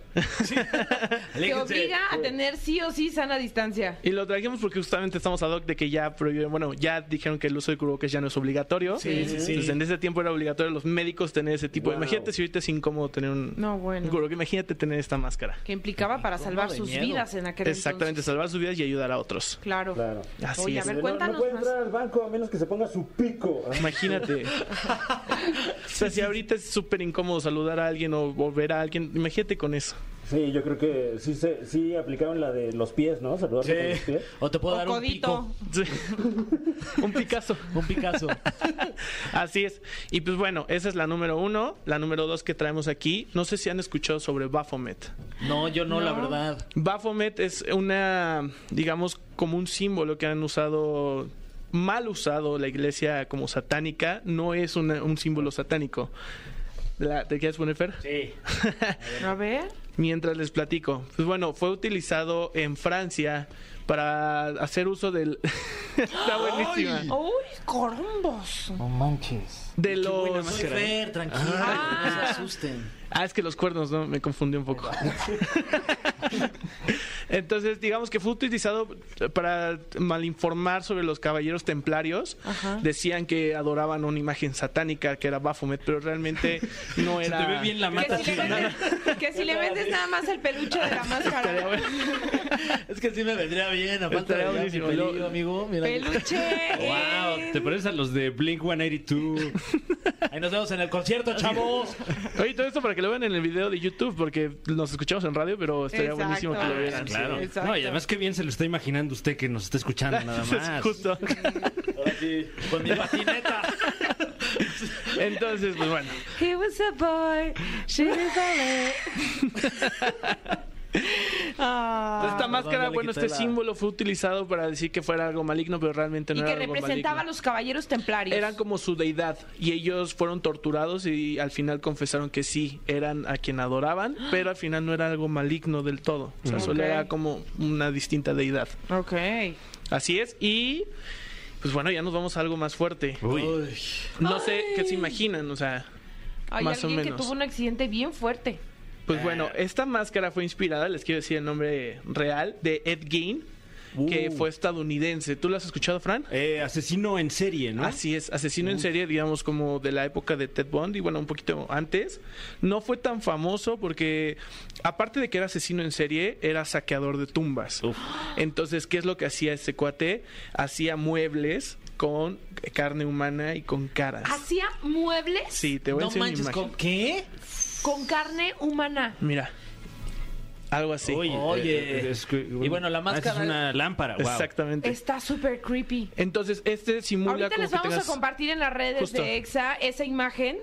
Speaker 2: Te obliga a tener sí o sí sana distancia.
Speaker 9: Y lo trajimos porque justamente estamos ad hoc de que ya prohibieron, bueno, ya dijeron que el uso de cubrebocas ya no es obligatorio.
Speaker 6: Sí, sí, sí.
Speaker 9: Entonces, en ese tiempo era obligatorio los médicos tener ese tipo. de...
Speaker 10: Wow.
Speaker 9: Imagínate si ahorita es incómodo tener un,
Speaker 2: No, bueno.
Speaker 9: un cubrebocas. Imagínate tener esta máscara.
Speaker 2: Que implicaba para salvar
Speaker 6: de
Speaker 2: sus
Speaker 6: miedo.
Speaker 2: vidas en aquel
Speaker 9: Exactamente,
Speaker 2: entonces.
Speaker 9: salvar sus vidas y ayudar a otros.
Speaker 2: Claro.
Speaker 10: Claro.
Speaker 9: Así
Speaker 2: Oye,
Speaker 9: es.
Speaker 2: a ver,
Speaker 10: No-
Speaker 2: cuéntanos
Speaker 10: no, puede
Speaker 2: más.
Speaker 10: entrar al banco a menos que se ponga su pico. Ah,
Speaker 6: <laughs>
Speaker 9: Imagínate. o sea, si ahorita es súper incómodo saludar a alguien o, o ver a alguien, imagínate con eso.
Speaker 10: Sí, yo creo que sí, se, sí aplicaron la de los pies, ¿no? Saludarse con los pies.
Speaker 6: O te puedo
Speaker 2: O
Speaker 6: dar un
Speaker 2: codito.
Speaker 6: pico.
Speaker 9: Sí. Un Picasso. <laughs>
Speaker 6: Un Picasso.
Speaker 9: Así es. Y pues bueno, esa es la número uno. La número dos que traemos aquí. No sé si han escuchado sobre Baphomet.
Speaker 6: No, yo no, la verdad.
Speaker 9: Baphomet es una, digamos, como un símbolo que han usado mal usado la iglesia como satánica. No es una- un símbolo satánico. La- ¿Te quieres poner, Fer?
Speaker 6: Sí.
Speaker 2: A ver.
Speaker 9: <laughs> mientras les platico. Pues bueno, fue utilizado en Francia para hacer uso del <laughs> está buenísima.
Speaker 2: ¡Uy,
Speaker 9: <laughs>
Speaker 2: corombos!
Speaker 6: No manches.
Speaker 9: De los
Speaker 6: Soy Fer, tranquila. No se asusten.
Speaker 9: Ah, es que los cuernos, ¿no? Me confundí
Speaker 8: <laughs>
Speaker 9: un poco. Entonces, digamos que fue utilizado para malinformar sobre los caballeros templarios. Decían que adoraban una imagen satánica que era Baphomet, pero realmente
Speaker 8: <laughs>
Speaker 9: no era.
Speaker 8: Te ve bien la mata.
Speaker 2: Que si, le vendes, que si le vendes nada más el peluche
Speaker 9: <laughs>
Speaker 2: de la
Speaker 9: Estaría
Speaker 2: máscara.
Speaker 9: bueno.
Speaker 6: Es que sí me vendría bien. A falta de
Speaker 9: Estaría
Speaker 6: ya mi
Speaker 9: buenísimo.
Speaker 6: pelillo, amigo. Mira.
Speaker 2: ¡Peluche!
Speaker 8: Wow, te pareces a los de Blink <laughs> 182.
Speaker 6: Ahí nos vemos en el concierto, chavos.
Speaker 9: Oye, todo esto para que lo vean en el video de YouTube, porque nos escuchamos en radio, pero estaría
Speaker 2: Exacto.
Speaker 9: buenísimo que lo vieran.
Speaker 8: Claro.
Speaker 2: exacto.
Speaker 8: No, y además qué bien se lo está imaginando usted que nos está escuchando nada
Speaker 9: Eso <laughs> es
Speaker 8: más.
Speaker 9: justo.
Speaker 6: Con mi patineta.
Speaker 9: Entonces, pues bueno.
Speaker 7: He was a boy, she was
Speaker 9: <laughs>
Speaker 7: a lady.
Speaker 9: Esta máscara,
Speaker 6: ya le
Speaker 9: bueno,
Speaker 6: quité
Speaker 9: este
Speaker 6: la-
Speaker 9: símbolo fue utilizado para decir que fuera algo maligno, pero realmente no
Speaker 2: Y
Speaker 9: era
Speaker 2: que
Speaker 9: algo
Speaker 2: representaba a
Speaker 9: maligno.
Speaker 2: los caballeros templarios.
Speaker 9: Eran como su deidad y ellos fueron torturados y al final confesaron que sí, eran a quien adoraban, pero al final no era algo maligno del todo. O sea, solo
Speaker 2: Ok.
Speaker 9: era como una distinta deidad.
Speaker 2: Ok.
Speaker 9: Así es y... Pues bueno, ya nos vamos a algo más fuerte.
Speaker 8: Uy.
Speaker 9: No sé qué se imaginan, o sea,
Speaker 2: Hay
Speaker 9: Más o
Speaker 2: alguien que
Speaker 9: menos.
Speaker 2: tuvo un accidente bien fuerte.
Speaker 9: Pues bueno, esta máscara fue inspirada, les quiero decir el nombre real, de Ed Gein. que fue estadounidense. ¿Tú lo has escuchado, Fran?
Speaker 8: Eh, asesino en serie, ¿no?
Speaker 9: Así es, asesino en serie, digamos, como de la época de Ted Bundy, bueno, un poquito antes. No fue tan famoso porque, aparte de que era asesino en serie, era saqueador de tumbas. Entonces, ¿qué es lo que hacía este cuate? Hacía muebles con carne humana y con caras.
Speaker 2: Hacía muebles
Speaker 9: Sí, te voy
Speaker 6: No
Speaker 9: a enseñar una
Speaker 6: manches,
Speaker 9: imagen.
Speaker 6: ¿con ¿qué?
Speaker 2: con carne humana.
Speaker 9: Mira, algo así.
Speaker 3: Oye,
Speaker 6: Oye.
Speaker 3: eh, es que-
Speaker 6: Y bueno, la
Speaker 3: Ah, esa
Speaker 6: máscara-
Speaker 3: Es una lámpara, wow.
Speaker 9: Exactamente.
Speaker 2: Está súper creepy.
Speaker 9: Entonces, este simula
Speaker 2: Ahorita
Speaker 9: como
Speaker 2: les
Speaker 9: que
Speaker 2: vamos
Speaker 9: tengas-
Speaker 2: a compartir en las redes
Speaker 9: Justo.
Speaker 2: de EXA esa imagen,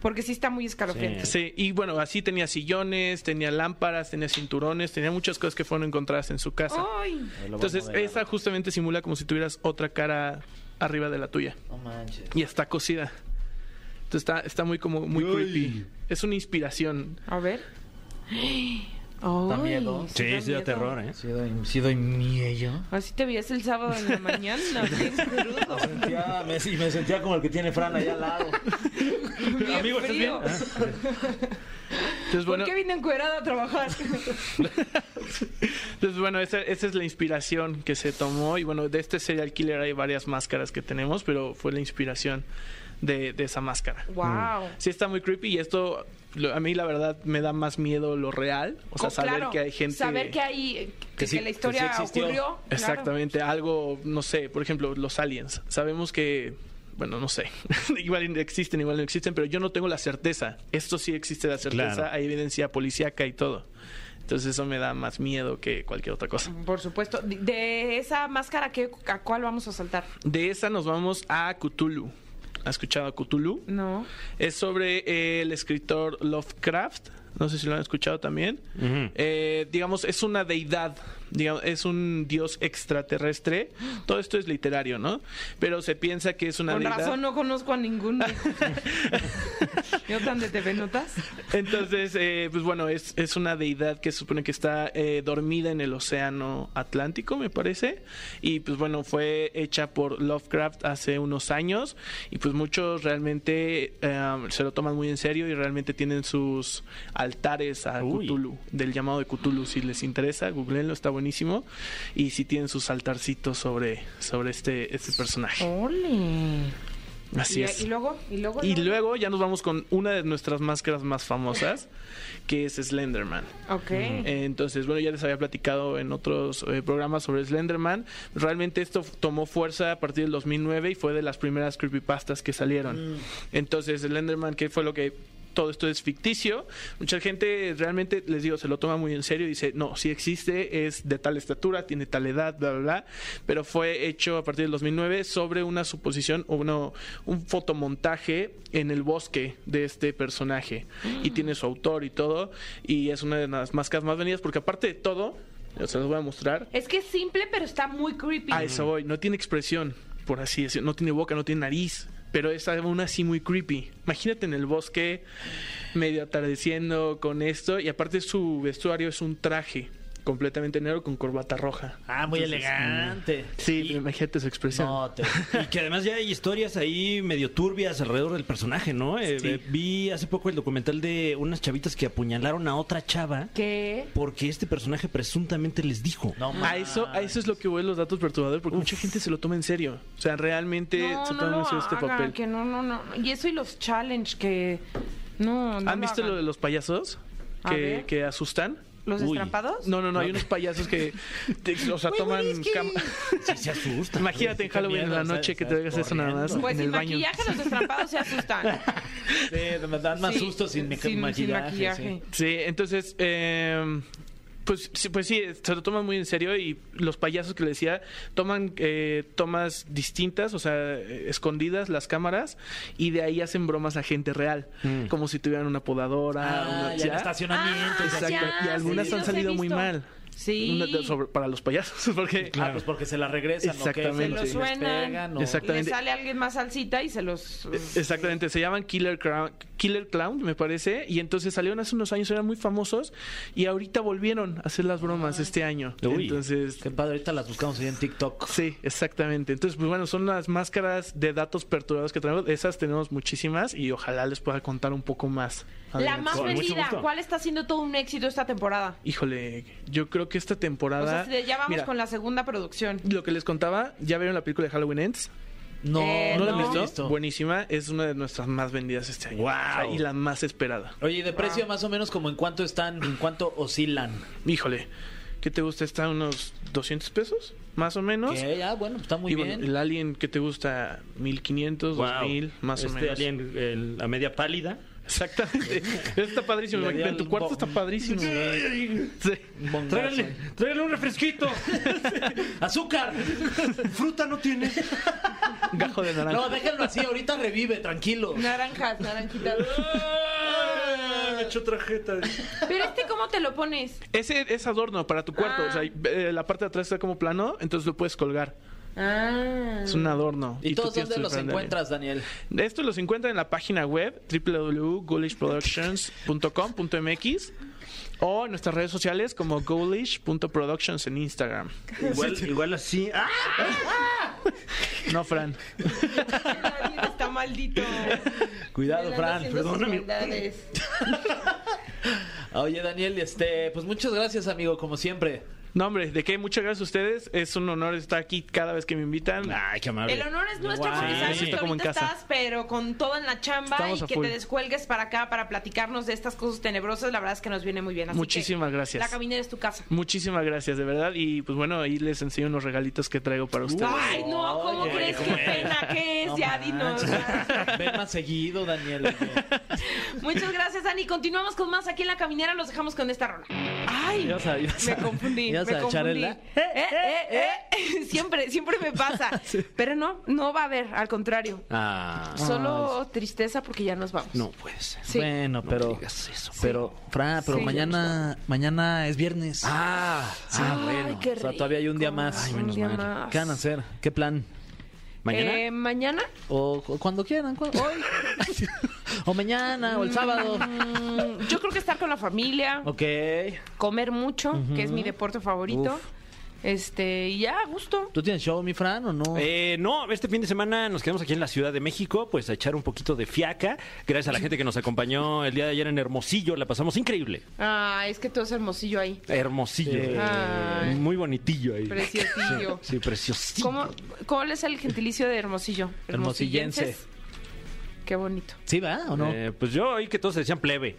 Speaker 2: porque sí está muy escalofriante.
Speaker 9: Sí, y bueno, así tenía sillones, tenía lámparas, tenía cinturones, tenía muchas cosas que fueron encontradas en su
Speaker 2: Oh,
Speaker 9: casa.
Speaker 2: Ay,
Speaker 9: Entonces, esa justamente simula como si tuvieras otra cara arriba de la tuya.
Speaker 6: No manches.
Speaker 9: Y está cocida. Entonces está, está muy como muy creepy. Es una inspiración.
Speaker 2: a ver. Ay,
Speaker 6: miedo.
Speaker 2: sí
Speaker 8: Sí, sí,
Speaker 2: da
Speaker 8: da
Speaker 2: miedo.
Speaker 8: terror, ¿eh?
Speaker 6: Sí doy, sí doy miedo.
Speaker 2: Así te veías el sábado en la mañana, bien crudo,
Speaker 6: Sentía- me- y me sentía como el que tiene Fran allá al lado.
Speaker 9: <laughs>
Speaker 2: bien frío.
Speaker 9: Entonces,
Speaker 2: ¿Por
Speaker 9: bueno, Mm.
Speaker 2: qué vine encuerada a
Speaker 9: <laughs>
Speaker 2: trabajar?
Speaker 9: entonces, bueno esa, esa es la inspiración que se tomó. Y bueno, de este serial killer hay varias máscaras que tenemos, pero fue la inspiración de, de esa máscara.
Speaker 2: wow.
Speaker 9: Sí está muy creepy y esto lo- a mí la verdad me da más miedo lo real, o sea,
Speaker 2: Co-
Speaker 9: saber
Speaker 2: Oh, claro,
Speaker 9: que hay gente
Speaker 2: Saber que hay. que,
Speaker 6: sí-
Speaker 2: que la
Speaker 6: que sí
Speaker 2: historia
Speaker 6: existió.
Speaker 2: ocurrió. claro.
Speaker 9: Exactamente, algo, no sé, por ejemplo, los aliens. Sabemos que, bueno, no sé, <laughs> igual existen, igual no existen, pero yo no tengo la certeza. Esto sí existe la certeza,
Speaker 8: Claro.
Speaker 9: hay evidencia policíaca y todo. Entonces eso me da más miedo que cualquier otra cosa.
Speaker 2: Por supuesto. De- De esa máscara, ¿qué- ¿a cuál vamos a saltar?
Speaker 9: De esa nos vamos a Cthulhu. ¿Has escuchado a Cthulhu?
Speaker 2: No.
Speaker 9: Es sobre eh, el escritor Lovecraft. No sé si lo han escuchado también. Eh, digamos, es una deidad. Digamos, es un dios extraterrestre. Todo esto es literario, ¿no? Pero se piensa que es una
Speaker 2: Con
Speaker 9: deidad.
Speaker 2: razón no conozco a
Speaker 9: <laughs>
Speaker 2: ninguno. Yo tan de TV Notas.
Speaker 9: Entonces, eh, pues bueno, es, es una deidad que se supone que está eh, dormida en el océano Atlántico, me parece. Y pues bueno, fue hecha por Lovecraft hace unos años. Y pues muchos realmente eh, se lo toman muy en serio y realmente tienen sus altares a
Speaker 8: Uy.
Speaker 9: Cthulhu, del llamado de Cthulhu. Si les interesa, googleenlo, está buenísimo. Y si tienen sus altarcitos sobre, sobre este, este personaje.
Speaker 2: Ole.
Speaker 9: Así
Speaker 2: Oh. y,
Speaker 9: es.
Speaker 2: y luego, y luego.
Speaker 9: Y luego ya nos vamos con una de nuestras máscaras más famosas, que es Slenderman.
Speaker 2: Ok.
Speaker 9: mm, eh. Entonces, bueno, ya les había platicado en otros eh, programas sobre Slenderman. Realmente esto f- tomó fuerza a partir del 2009 y fue de las primeras creepypastas que salieron. Entonces, Slenderman, ¿qué fue lo que...? Todo esto es ficticio. Mucha gente realmente, les digo, se lo toma muy en serio y dice, no, si existe, es de tal estatura, tiene tal edad, bla, bla, bla. Pero fue hecho a partir del 2009 sobre una suposición o uno- un fotomontaje en el bosque de este personaje. Y tiene su autor y todo. Y es una de las máscaras más vendidas porque aparte de todo, se los voy a mostrar.
Speaker 2: Es que es simple, pero está muy creepy.
Speaker 9: A eso voy, no tiene expresión, por así decirlo. No tiene boca, no tiene nariz. Pero es aún así muy creepy. Imagínate en el bosque, medio atardeciendo con esto. Y aparte su vestuario es un traje completamente negro con corbata roja.
Speaker 6: Ah, muy
Speaker 9: Entonces,
Speaker 6: elegante.
Speaker 9: Sí,
Speaker 6: Y-
Speaker 9: pero imagínate su expresión.
Speaker 6: No, te...
Speaker 8: Y que además ya hay historias ahí medio turbias alrededor del personaje, ¿no? Eh,
Speaker 9: Sí.
Speaker 8: eh, vi hace poco el documental de unas chavitas que apuñalaron a otra chava
Speaker 2: ¿Qué?
Speaker 8: porque este personaje presuntamente les dijo.
Speaker 6: no
Speaker 9: A
Speaker 6: manches.
Speaker 9: eso, a eso es lo que voy los datos perturbadores, porque mucha gente se lo toma en serio. O sea, realmente
Speaker 2: No,
Speaker 9: se
Speaker 2: no
Speaker 9: toma
Speaker 2: lo
Speaker 9: en serio este
Speaker 2: hagan,
Speaker 9: papel.
Speaker 2: que no, no, no. Y eso y los challenge que. No, no.
Speaker 9: ¿Han visto lo de los payasos
Speaker 2: A
Speaker 9: que,
Speaker 2: ver.
Speaker 9: que asustan?
Speaker 2: ¿Los
Speaker 8: Uy.
Speaker 2: destrampados?
Speaker 9: No, no, no, hay unos payasos que, te- o sea, toman
Speaker 2: <laughs>
Speaker 9: cam-
Speaker 8: Sí, se asusta.
Speaker 9: Imagínate en Halloween en la noche que te oigas eso nada más
Speaker 2: Pues
Speaker 9: en el
Speaker 2: sin
Speaker 9: baño.
Speaker 2: maquillaje los destrampados se
Speaker 9: <laughs>
Speaker 2: asustan.
Speaker 6: Sí, me dan más
Speaker 2: Sí,
Speaker 6: susto sin, meca-
Speaker 2: sin- sin
Speaker 6: maquillaje.
Speaker 2: maquillaje.
Speaker 6: sí.
Speaker 9: Sí, entonces, eh, pues, sí, pues sí, se lo toman muy en serio y los payasos que le decía toman eh, tomas distintas, o sea, eh, escondidas las cámaras y de ahí hacen bromas a gente real, como si tuvieran una podadora,
Speaker 6: Ah,
Speaker 9: una-
Speaker 6: ya en
Speaker 9: ¿ya?
Speaker 6: estacionamiento.
Speaker 2: Ah,
Speaker 6: exacto.
Speaker 9: Exacto.
Speaker 2: ya,
Speaker 9: y algunas
Speaker 2: sí,
Speaker 9: han
Speaker 2: los he
Speaker 9: salido muy
Speaker 2: visto.
Speaker 9: mal.
Speaker 2: Sí.
Speaker 9: Una de- sobre- para los payasos, <laughs> porque
Speaker 6: Ah, pues porque se la regresan, ¿o qué?
Speaker 9: Exactamente.
Speaker 6: Se los
Speaker 2: Se lo suenan.
Speaker 6: pegan, o-
Speaker 9: Exacto.
Speaker 2: Le
Speaker 9: Exactamente. Eh,
Speaker 2: sale alguien más salsita y se los.
Speaker 9: Exactamente, se llaman Killer Cra- Killer Clown, me parece, y entonces salieron hace unos años, eran muy famosos, y ahorita volvieron a hacer las bromas este año.
Speaker 3: Uy.
Speaker 9: Entonces,
Speaker 4: Qué padre, ahorita las buscamos ahí en TikTok.
Speaker 9: Sí, exactamente. Entonces, pues bueno, son las máscaras de datos perturbados que tenemos. Esas tenemos muchísimas y ojalá les pueda contar un poco más.
Speaker 2: La
Speaker 9: adelante.
Speaker 2: más
Speaker 3: Con mucho
Speaker 2: vendida.
Speaker 3: gusto.
Speaker 2: ¿Cuál está siendo todo un éxito esta temporada?
Speaker 9: Híjole, yo creo que esta temporada.
Speaker 2: O sea, si de- ya vamos
Speaker 9: Mira,
Speaker 2: con la segunda producción.
Speaker 9: Lo que les contaba, ¿ya vieron la película de Halloween Ends?
Speaker 4: No,
Speaker 2: Eh,
Speaker 9: ¿No la
Speaker 2: no.
Speaker 9: han visto?
Speaker 4: Listo.
Speaker 9: Buenísima, es una de nuestras más vendidas este año.
Speaker 3: Wow.
Speaker 9: O sea, y la más esperada.
Speaker 4: Oye, ¿y de precio más o menos como en cuánto están, en cuánto oscilan?
Speaker 9: Híjole, ¿qué te gusta? ¿Está a unos 200 pesos? Más o menos.
Speaker 4: Que ya, ah, bueno, pues está muy
Speaker 9: y bueno,
Speaker 4: bien.
Speaker 9: el Alien, ¿qué te gusta? 1500,
Speaker 3: Wow.
Speaker 9: 2000, más o
Speaker 3: Este
Speaker 9: menos.
Speaker 3: alien, el- la media pálida.
Speaker 4: <laughs>
Speaker 9: Exactamente. Está padrísimo.
Speaker 4: Le di
Speaker 9: En tu
Speaker 4: al
Speaker 9: cuarto
Speaker 4: bo-
Speaker 9: está padrísimo. Sí.
Speaker 4: Un bongazo.
Speaker 3: Tráigale, tráigale un refresquito.
Speaker 4: <laughs>
Speaker 6: <laughs>
Speaker 4: ¡Azúcar!
Speaker 3: Fruta no tiene.
Speaker 9: Gajo de naranja.
Speaker 4: No, déjenlo así, ahorita revive, tranquilo.
Speaker 2: Naranjas, naranjitas.
Speaker 3: <laughs> Me echó trajeta.
Speaker 2: Pero este, ¿cómo te lo pones?
Speaker 9: Ese es adorno para tu cuarto.
Speaker 2: Ah.
Speaker 9: O sea, eh, la parte de atrás está como plano, entonces lo puedes colgar.
Speaker 2: Ah.
Speaker 9: Es un adorno.
Speaker 4: ¿Y,
Speaker 9: tú
Speaker 4: todos
Speaker 9: tienes
Speaker 4: dónde
Speaker 9: tu
Speaker 4: los
Speaker 9: prenda,
Speaker 4: encuentras, Daniel?
Speaker 9: Daniel. Esto los encuentran en la página web www.goalishproductions.com.mx o en nuestras redes sociales como goalish.productions en Instagram.
Speaker 3: Igual, igual así. ¡Ah!
Speaker 9: No, Fran.
Speaker 2: Alguien está maldito.
Speaker 4: Cuidado, Ah, Fran,
Speaker 2: perdóname.
Speaker 4: Oye, Daniel, este, pues muchas gracias, amigo, como siempre.
Speaker 9: No, hombre, de qué, muchas gracias a ustedes. Es un honor estar aquí cada vez que me invitan.
Speaker 3: Ay, qué amable.
Speaker 2: El honor es nuestro
Speaker 3: Wow.
Speaker 2: porque
Speaker 3: Sí,
Speaker 2: sabes
Speaker 3: sí,
Speaker 2: que
Speaker 9: está como en
Speaker 2: ahorita
Speaker 9: casa.
Speaker 2: estás, pero con todo en la chamba
Speaker 9: Estamos
Speaker 2: y
Speaker 9: a
Speaker 2: que
Speaker 9: full.
Speaker 2: te descuelgues para acá para platicarnos de estas cosas tenebrosas, la verdad es que nos viene muy bien. Así que
Speaker 9: Muchísimas gracias.
Speaker 2: La caminera es tu casa.
Speaker 9: Muchísimas gracias, de verdad. Y pues bueno, ahí les enseño unos regalitos que traigo para ustedes.
Speaker 2: Ay, no, ¿cómo
Speaker 4: Oye,
Speaker 2: crees? Qué
Speaker 4: ¿cómo eres?
Speaker 2: pena, ¿qué es?
Speaker 4: No
Speaker 2: ya, dinos.
Speaker 4: manches. Ven más seguido, Daniel. oye.
Speaker 2: Muchas gracias, Dani. Continuamos con más aquí en la caminera. Los dejamos con esta rola. Ay,
Speaker 4: Ya sabía, ya
Speaker 2: me
Speaker 4: sabía.
Speaker 2: confundí. Me
Speaker 4: Ya sabía,
Speaker 2: confundí.
Speaker 4: Charela.
Speaker 2: Eh, eh, eh. <laughs> Siempre, siempre me pasa. Pero no, no va a haber, al contrario.
Speaker 3: Ah.
Speaker 2: Solo tristeza porque ya nos vamos.
Speaker 3: No puede ser.
Speaker 2: Sí.
Speaker 4: Bueno,
Speaker 3: No
Speaker 4: pero,
Speaker 3: me digas eso.
Speaker 4: pero, Fran, pero
Speaker 2: Sí,
Speaker 4: mañana, mañana es viernes.
Speaker 3: Ah, ah, bueno.
Speaker 2: qué
Speaker 4: o sea, todavía hay un día
Speaker 2: rico.
Speaker 4: más.
Speaker 2: Ay, menos Un día mal. más.
Speaker 4: ¿Qué van a hacer? ¿Qué plan?
Speaker 3: Mañana.
Speaker 2: Eh, mañana.
Speaker 4: O, o cuando quieran, cu- hoy, o mañana, o el sábado.
Speaker 2: Mm, yo creo que estar con la familia,
Speaker 4: Ok.
Speaker 2: comer mucho, que es mi deporte favorito. Este, y ya, a gusto.
Speaker 4: ¿Tú tienes show, mi Fran, o no?
Speaker 3: Eh, no, este fin de semana nos quedamos aquí en la Ciudad de México, pues a echar un poquito de fiaca. Gracias a la gente que nos acompañó el día de ayer en Hermosillo, la pasamos increíble.
Speaker 2: Ah, es que todo es hermosillo ahí.
Speaker 3: Hermosillo.
Speaker 4: Sí.
Speaker 2: Ay.
Speaker 3: Muy bonitillo ahí.
Speaker 2: Preciosillo.
Speaker 3: <laughs> Sí, preciosísimo.
Speaker 2: ¿Cómo, ¿Cuál es el gentilicio de Hermosillo?
Speaker 4: Hermosillense.
Speaker 2: Qué bonito.
Speaker 4: ¿Sí va o no?
Speaker 3: Eh, pues yo oí que todos se decían plebe.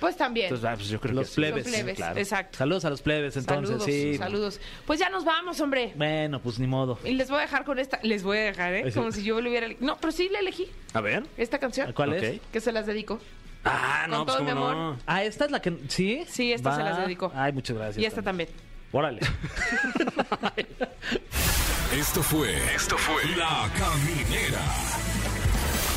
Speaker 2: Pues también.
Speaker 3: Entonces, ah, pues yo creo que
Speaker 4: Los
Speaker 3: sí.
Speaker 2: Son
Speaker 4: plebes.
Speaker 2: plebes,
Speaker 3: claro.
Speaker 2: exacto.
Speaker 4: Saludos a los plebes, entonces,
Speaker 2: saludos,
Speaker 4: sí.
Speaker 2: saludos. Pues ya nos vamos, hombre.
Speaker 4: Bueno, pues ni modo.
Speaker 2: Y les voy a dejar con esta. Les voy a dejar, ¿eh? Como si yo lo hubiera. ele- No, pero sí le elegí
Speaker 3: A ver.
Speaker 2: esta canción.
Speaker 4: ¿Cuál es?
Speaker 3: Ok.
Speaker 2: Que se las dedico.
Speaker 3: Ah, no,
Speaker 2: Con
Speaker 3: pues
Speaker 2: todo
Speaker 3: cómo
Speaker 2: mi
Speaker 3: no.
Speaker 2: amor.
Speaker 4: Ah, esta es la que. ¿Sí?
Speaker 2: Sí, esta se las dedico.
Speaker 4: Ay, muchas gracias.
Speaker 2: y esta también.
Speaker 4: Órale.
Speaker 1: Esto fue. Esto fue. La Caminera.